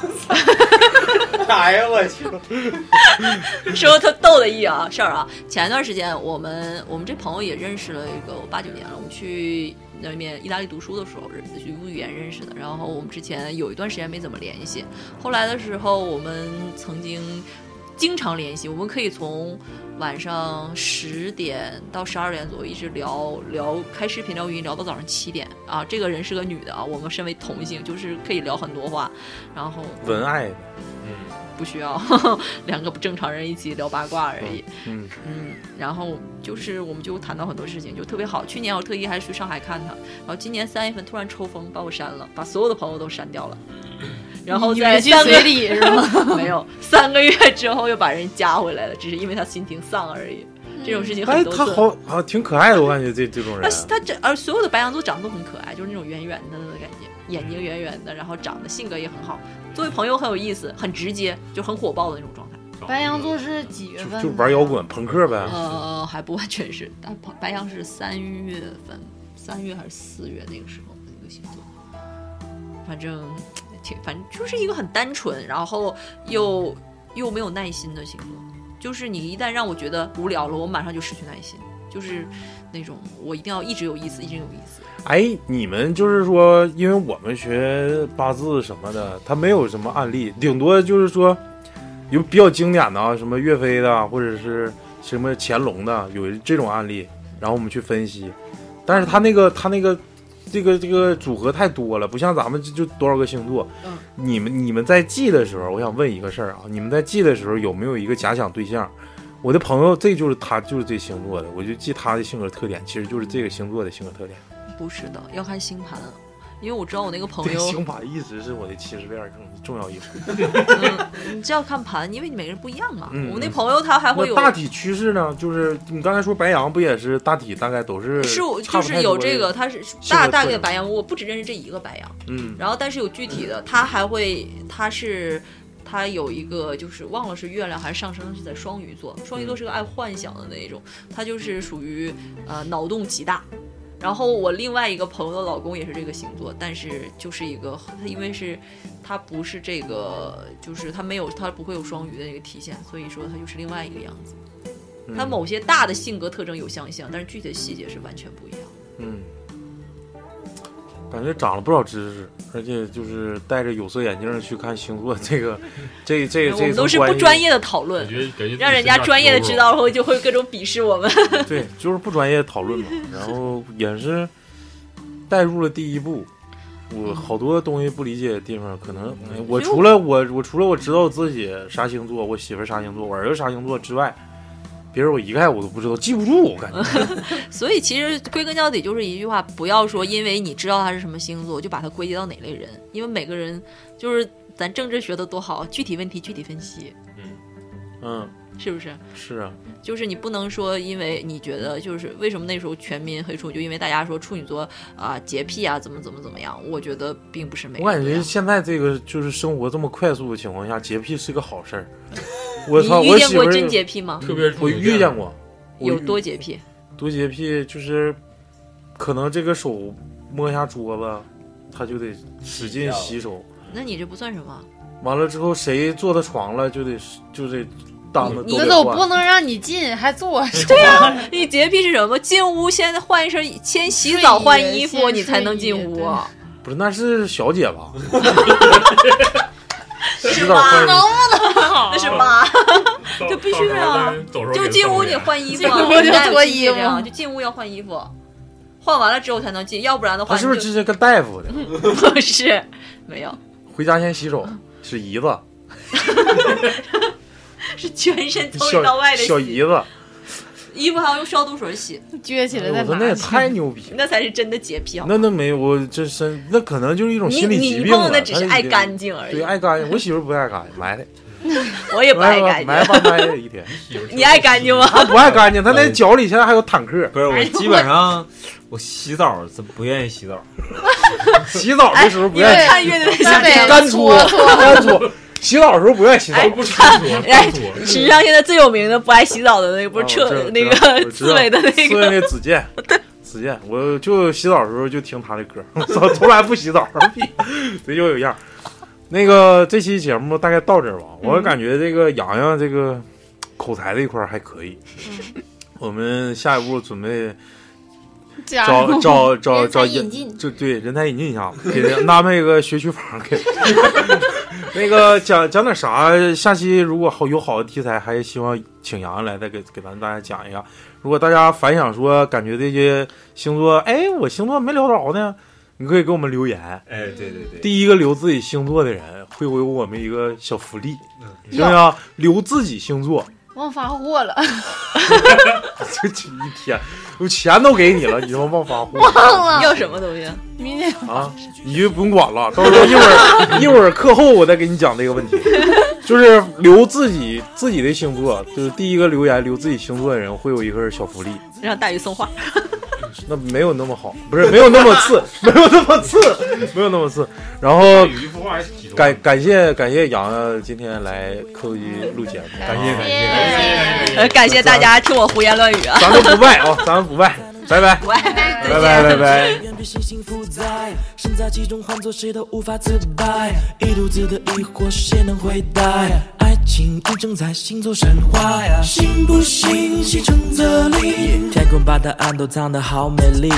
S3: 啥呀，我去！说他逗的一啊事儿啊，前一段时间我们我们这朋友也认识了一个八九年了，我们去那边意大利读书的时候，认用语言认识的。然后我们之前有一段时间没怎么联系，后来的时候我们曾经经常联系，我们可以从晚上十点到十二点左右一直聊聊开视频聊语音聊到早上七点啊。这个人是个女的啊，我们身为同性就是可以聊很多话，然后
S2: 文爱的，
S3: 不需要两个不正常人一起聊八卦而已。
S2: 嗯
S3: 嗯，然后就是我们就谈到很多事情，就特别好。去年我特意还去上海看他，然后今年三月份突然抽风把我删了，把所有的朋友都删掉了。然后
S4: 嗯你
S3: 在
S4: 们去
S3: 三个
S4: 随礼是吗
S3: [LAUGHS] 没有，三个月之后又把人加回来了，只是因为他心情丧而已。这种事情很
S2: 哎，
S3: 多啊
S2: 他
S3: 次
S2: 好好挺可爱的，我感觉这这种
S3: 他
S2: 人。
S3: 他这而所有的白羊座长得都很可爱，就是那种圆圆的那种感觉，眼睛圆圆的，然后长得性格也很好，作为朋友很有意思，很直接，就很火爆的那种状态。
S4: 白羊座是几月份？
S2: 就玩摇滚朋克呗，
S3: 呃， [LAUGHS] 还不完全是，但白白羊是三月份，三月还是四月那个时候的一个星座，反正挺，反正就是一个很单纯，然后又又没有耐心的星座，就是你一旦让我觉得无聊了，我马上就失去耐心，就是那种我一定要一直有意思，一直有意思。
S2: 哎，你们就是说，因为我们学八字什么的，它没有什么案例，顶多就是说有比较经典的啊，什么岳飞的，或者是什么乾隆的，有这种案例，然后我们去分析。但是他那个他那个这个这个组合太多了，不像咱们就就多少个星座。
S3: 嗯
S2: 你们你们在记的时候，我想问一个事儿啊，你们在记的时候有没有一个假想对象？我的朋友，这就是他，就是这星座的，我就记他的性格特点，其实就是这个星座的性格特点。
S3: 不是的，要看星盘，因为我知道我那个朋
S2: 对，
S3: [LAUGHS] 友，
S2: 刑法一直是我的骑士链更重要一环。
S3: 嗯你这要看盘，因为你每个人不一样嘛。
S2: 嗯
S3: 我那朋友他还会有
S2: 那大体趋势呢，就是你刚才说白羊不也是大体大概都是
S3: 是我
S2: 差
S3: 就
S2: 不太
S3: 是有
S2: 多
S3: 这个，他是
S2: 性
S3: 大
S2: 格
S3: 大
S2: 特
S3: 概
S2: 征
S3: 白羊，我不只认识这一个白羊，
S2: 嗯
S3: 然后但是有具体的，他还会，他是他有一个就是忘了是月亮还是上升是在双鱼座，
S2: 嗯
S3: 双鱼座是个爱幻想的那一种，他就是属于呃脑洞极大。然后我另外一个朋友的老公也是这个星座，但是就是一个他因为是他不是这个，就是他没有他不会有双鱼的这个体现，所以说他就是另外一个样子。他
S2: 嗯
S3: 某些大的性格特征有相像，但是具体的细节是完全不一样的。
S2: 嗯，感觉长了不少知识，而且就是戴着有色眼镜去看星座，这个这这
S3: 哎我
S2: 这
S3: 们
S2: 层
S3: 都是
S2: 关
S3: 不
S2: 系
S3: 专业的讨论
S2: 感觉感觉自己，
S3: 让人家
S2: 身价
S3: 专业的
S2: 球
S3: 知
S2: 肉
S3: 道后就会各种鄙视我们。 [LAUGHS]
S2: [LAUGHS] 对，就是不专业讨论嘛，然后也是带入了第一步。我好多东西不理解的地方，可能哎
S3: 嗯
S2: 我除了我我除了我知道自己啥星座，我媳妇儿啥星座，我儿子啥星座之外，别人我一概我都不知道，记不住，我感觉。
S3: [LAUGHS] 所以其实归根到底就是一句话，不要说因为你知道他是什么星座，就把它归结到哪类人，因为每个人就是咱政治学的多好，具体问题具体分析，
S2: 嗯，
S3: 是不是？
S2: 是啊，
S3: 就是你不能说，因为你觉得就是为什么那时候全民黑处女，就因为大家说处女座啊、洁癖啊，怎么怎么怎么样？我觉得并不是每
S2: 我
S3: 个
S2: 感
S3: 人都一
S2: 觉
S3: 样。
S2: 现在这个就是生活这么快速的情况下，洁癖是个好事
S3: [LAUGHS]
S2: 儿。我操，
S3: 你遇
S2: 我
S3: 见
S2: 媳
S3: 过
S2: 妇儿
S3: 真洁癖吗特别是
S2: 我
S3: 有这
S2: 遇
S3: 样
S2: 见过，我
S3: 有
S2: 遇
S3: 多洁癖？
S2: 多洁癖就是，可能这个手摸一下桌子，他就得使劲洗手。
S3: 那你这不算什么。啊
S2: 完了之后，谁坐他床了，就得就得单子
S4: 你
S2: 都
S4: 们
S2: 得
S4: 都不
S2: 换。哎
S4: 能让你进，还坐着。
S3: 对啊，你洁癖是什么？进屋先换一身，先洗澡换衣服，
S4: 先
S3: 你才
S4: 睡
S3: 能
S4: 衣
S3: 进屋。
S2: 不是，那是小姐
S3: [LAUGHS]
S2: 吧？洗
S3: 是
S2: 澡
S3: 吧？
S2: 换
S3: 能不能？那是妈。这必须啊
S1: 到时候！
S3: 就进屋你换衣服，
S5: 进屋就脱衣服
S3: 服，就进屋要换衣服，换完了之后才能进，要不然的
S2: 他
S3: 话
S2: 是不是
S3: 你
S2: 直接跟大夫的？
S3: 就不是没有，
S2: 回家先洗手，是姨子，
S3: 是全身 [LAUGHS] 从里到外
S2: 小
S3: 的
S2: 小姨子。
S3: 衣服还要用消毒水洗，
S4: 撅起来再
S2: 我说
S4: 拿。
S2: 那也太牛逼了，
S3: [LAUGHS] 那才是真的洁癖啊！
S2: 那那没有我这身，那可能就是一种
S3: 你
S2: 心理疾
S3: 你
S2: 病
S3: 碰
S2: 了。
S3: 的只是
S2: 她
S3: 爱
S2: 已经
S3: 干净而已
S2: 对，，爱干净。我媳妇儿不爱干净，埋汰，
S3: 我 [LAUGHS] 也不爱干
S2: 埋
S3: 净。
S2: 汰吧埋汰一 [LAUGHS] 天。
S3: 你爱干净吗？
S2: 她不爱干净，她那脚里现在还有坦 [LAUGHS] 克。
S9: 不是我基本上我洗澡怎不愿意洗澡，
S2: 洗澡的时候不愿
S4: 哎
S2: 意，
S3: 看月亮
S4: 那得
S2: 干搓
S4: 搓搓
S2: 干
S3: [LAUGHS]
S2: 搓。洗澡的时候不愿意洗澡，
S1: 不是说，
S3: 哎
S1: 不说，
S3: 史上现在最有名的不爱洗澡的那个，不是
S2: 哦
S3: 彻
S2: 这
S3: 那
S2: 知道我知
S3: 个
S2: 道
S3: [LAUGHS] 刺猬的那
S2: 刺
S3: 个，
S2: 猬那子
S3: [LAUGHS]
S2: 健，子健，我就洗澡的时候就听他的歌，我操， [LAUGHS] 从来不洗澡，屁，这就有样儿。那个这期节目大概到这儿吧，
S3: 嗯
S2: 我感觉这个洋洋这个口才这一块儿还可以，
S3: 嗯
S2: 我们下一步准备
S4: 加
S2: 找
S4: 入
S2: 找找
S7: 人才
S2: 找
S7: 引进，
S2: 就对人才引进一下，给人安排一个学区房给。 [LAUGHS] 那个讲讲点啥？下期如果好有好的题材，还希望请洋洋来再给给咱大家讲一下。如果大家反响说感觉这些星座，哎，我星座没聊着呢，你可以给我们留言。
S9: 哎，对对对，
S2: 第一个留自己星座的人会有我们一个小福利，
S9: 嗯
S2: 行不行？留自己星座， [LAUGHS]
S4: 忘发货了，
S2: 这这一天我钱都给你了，你他妈忘发货
S3: 要什么东西？
S4: 明天
S2: 啊，你就不用管了。到时候一会儿一会儿课后我再给你讲这个问题，就是留自己自己的星座，就是第一个留言留自己星座的人会有一份小福利，
S3: 让大鱼送话。
S2: 那没有那么好，不是没有那么次，没有那么次，没有那么次。然后
S1: 有一幅画还是
S2: 感感谢感谢洋洋今天来科技录节目，
S9: 感谢
S2: 哎
S9: 感谢。
S3: 呃， [LAUGHS] 感谢大家听我胡言乱语啊！
S2: 咱们不拜啊、咱们不拜，拜拜，
S3: 喂。 [LAUGHS]
S2: 拜拜拜拜。
S10: 远比心情负载，身在其中，换做谁都无法自拔。一肚子的疑惑，谁能回答？爱情一整在星座神话，信不信星辰则灵？天空把答案都藏得好美丽，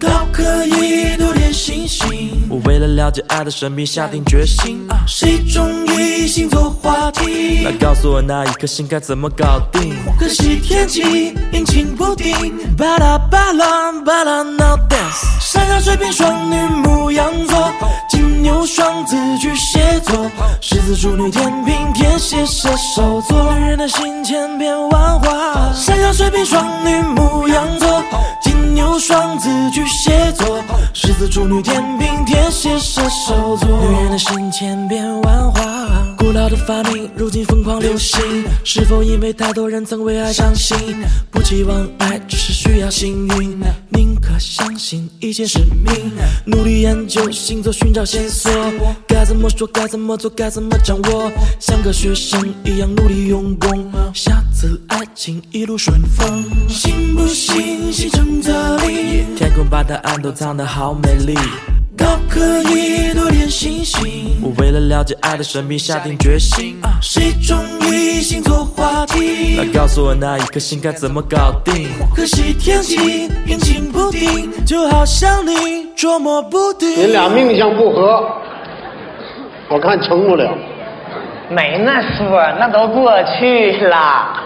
S10: 都可以多点信心。我为了了解爱的神秘，下定决心。啊谁中意星座话题？来告诉我那一颗星该怎么搞定？可惜天气阴晴不定，巴拉巴拉巴拉 now dance。山羊、水瓶、双女、牧羊座、金牛、双子、巨蟹座、狮子、处女、天平、天蝎、射手座。女人的心千变万化，山羊、水瓶、双女、牧羊座、金牛、双子、巨蟹座、狮子、处女、天平、天蝎、射手座。女人的心千变万化，古老的发明如今疯狂流行，是否因为太多人曾为爱伤心？不期望爱，只是需要幸运，宁可相信一切是命，努力研究星座，寻找线索，该怎么说，该怎么做，该怎么掌握，像个学生一样努力用功，下次爱情一路顺风，信不信星辰则灵，天空把答案都藏得好美丽。都可以多点信心。我为了了解爱的神秘，下定决心。啊谁中意星座话题？来告诉我那一颗星该怎么搞定。可惜天气阴晴不定，就好像你捉摸不定。
S11: 你俩命相不合，我看成不了。没那说，那都过去啦，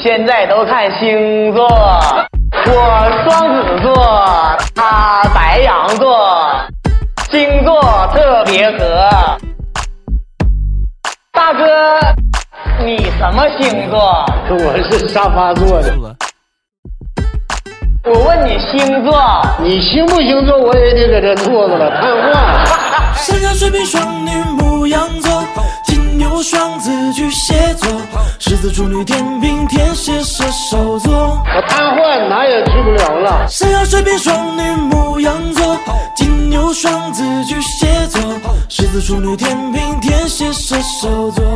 S11: 现在都看星座。我双子座，他白羊座，星座特别合。大哥，你什么星座？我是沙发座的。我问你星座，你星不星座，我也得搁这坐着了，看话。
S10: 山羊、水瓶、双女、牧羊座、金牛、双子、巨蟹座、狮子、处女、天平、天蝎、射手座。
S11: 我瘫痪，哪也去不了了。
S10: 山羊、水瓶、双女、牧羊座、金牛、双子、巨蟹座、狮子、处女、天平、天蝎、射手座。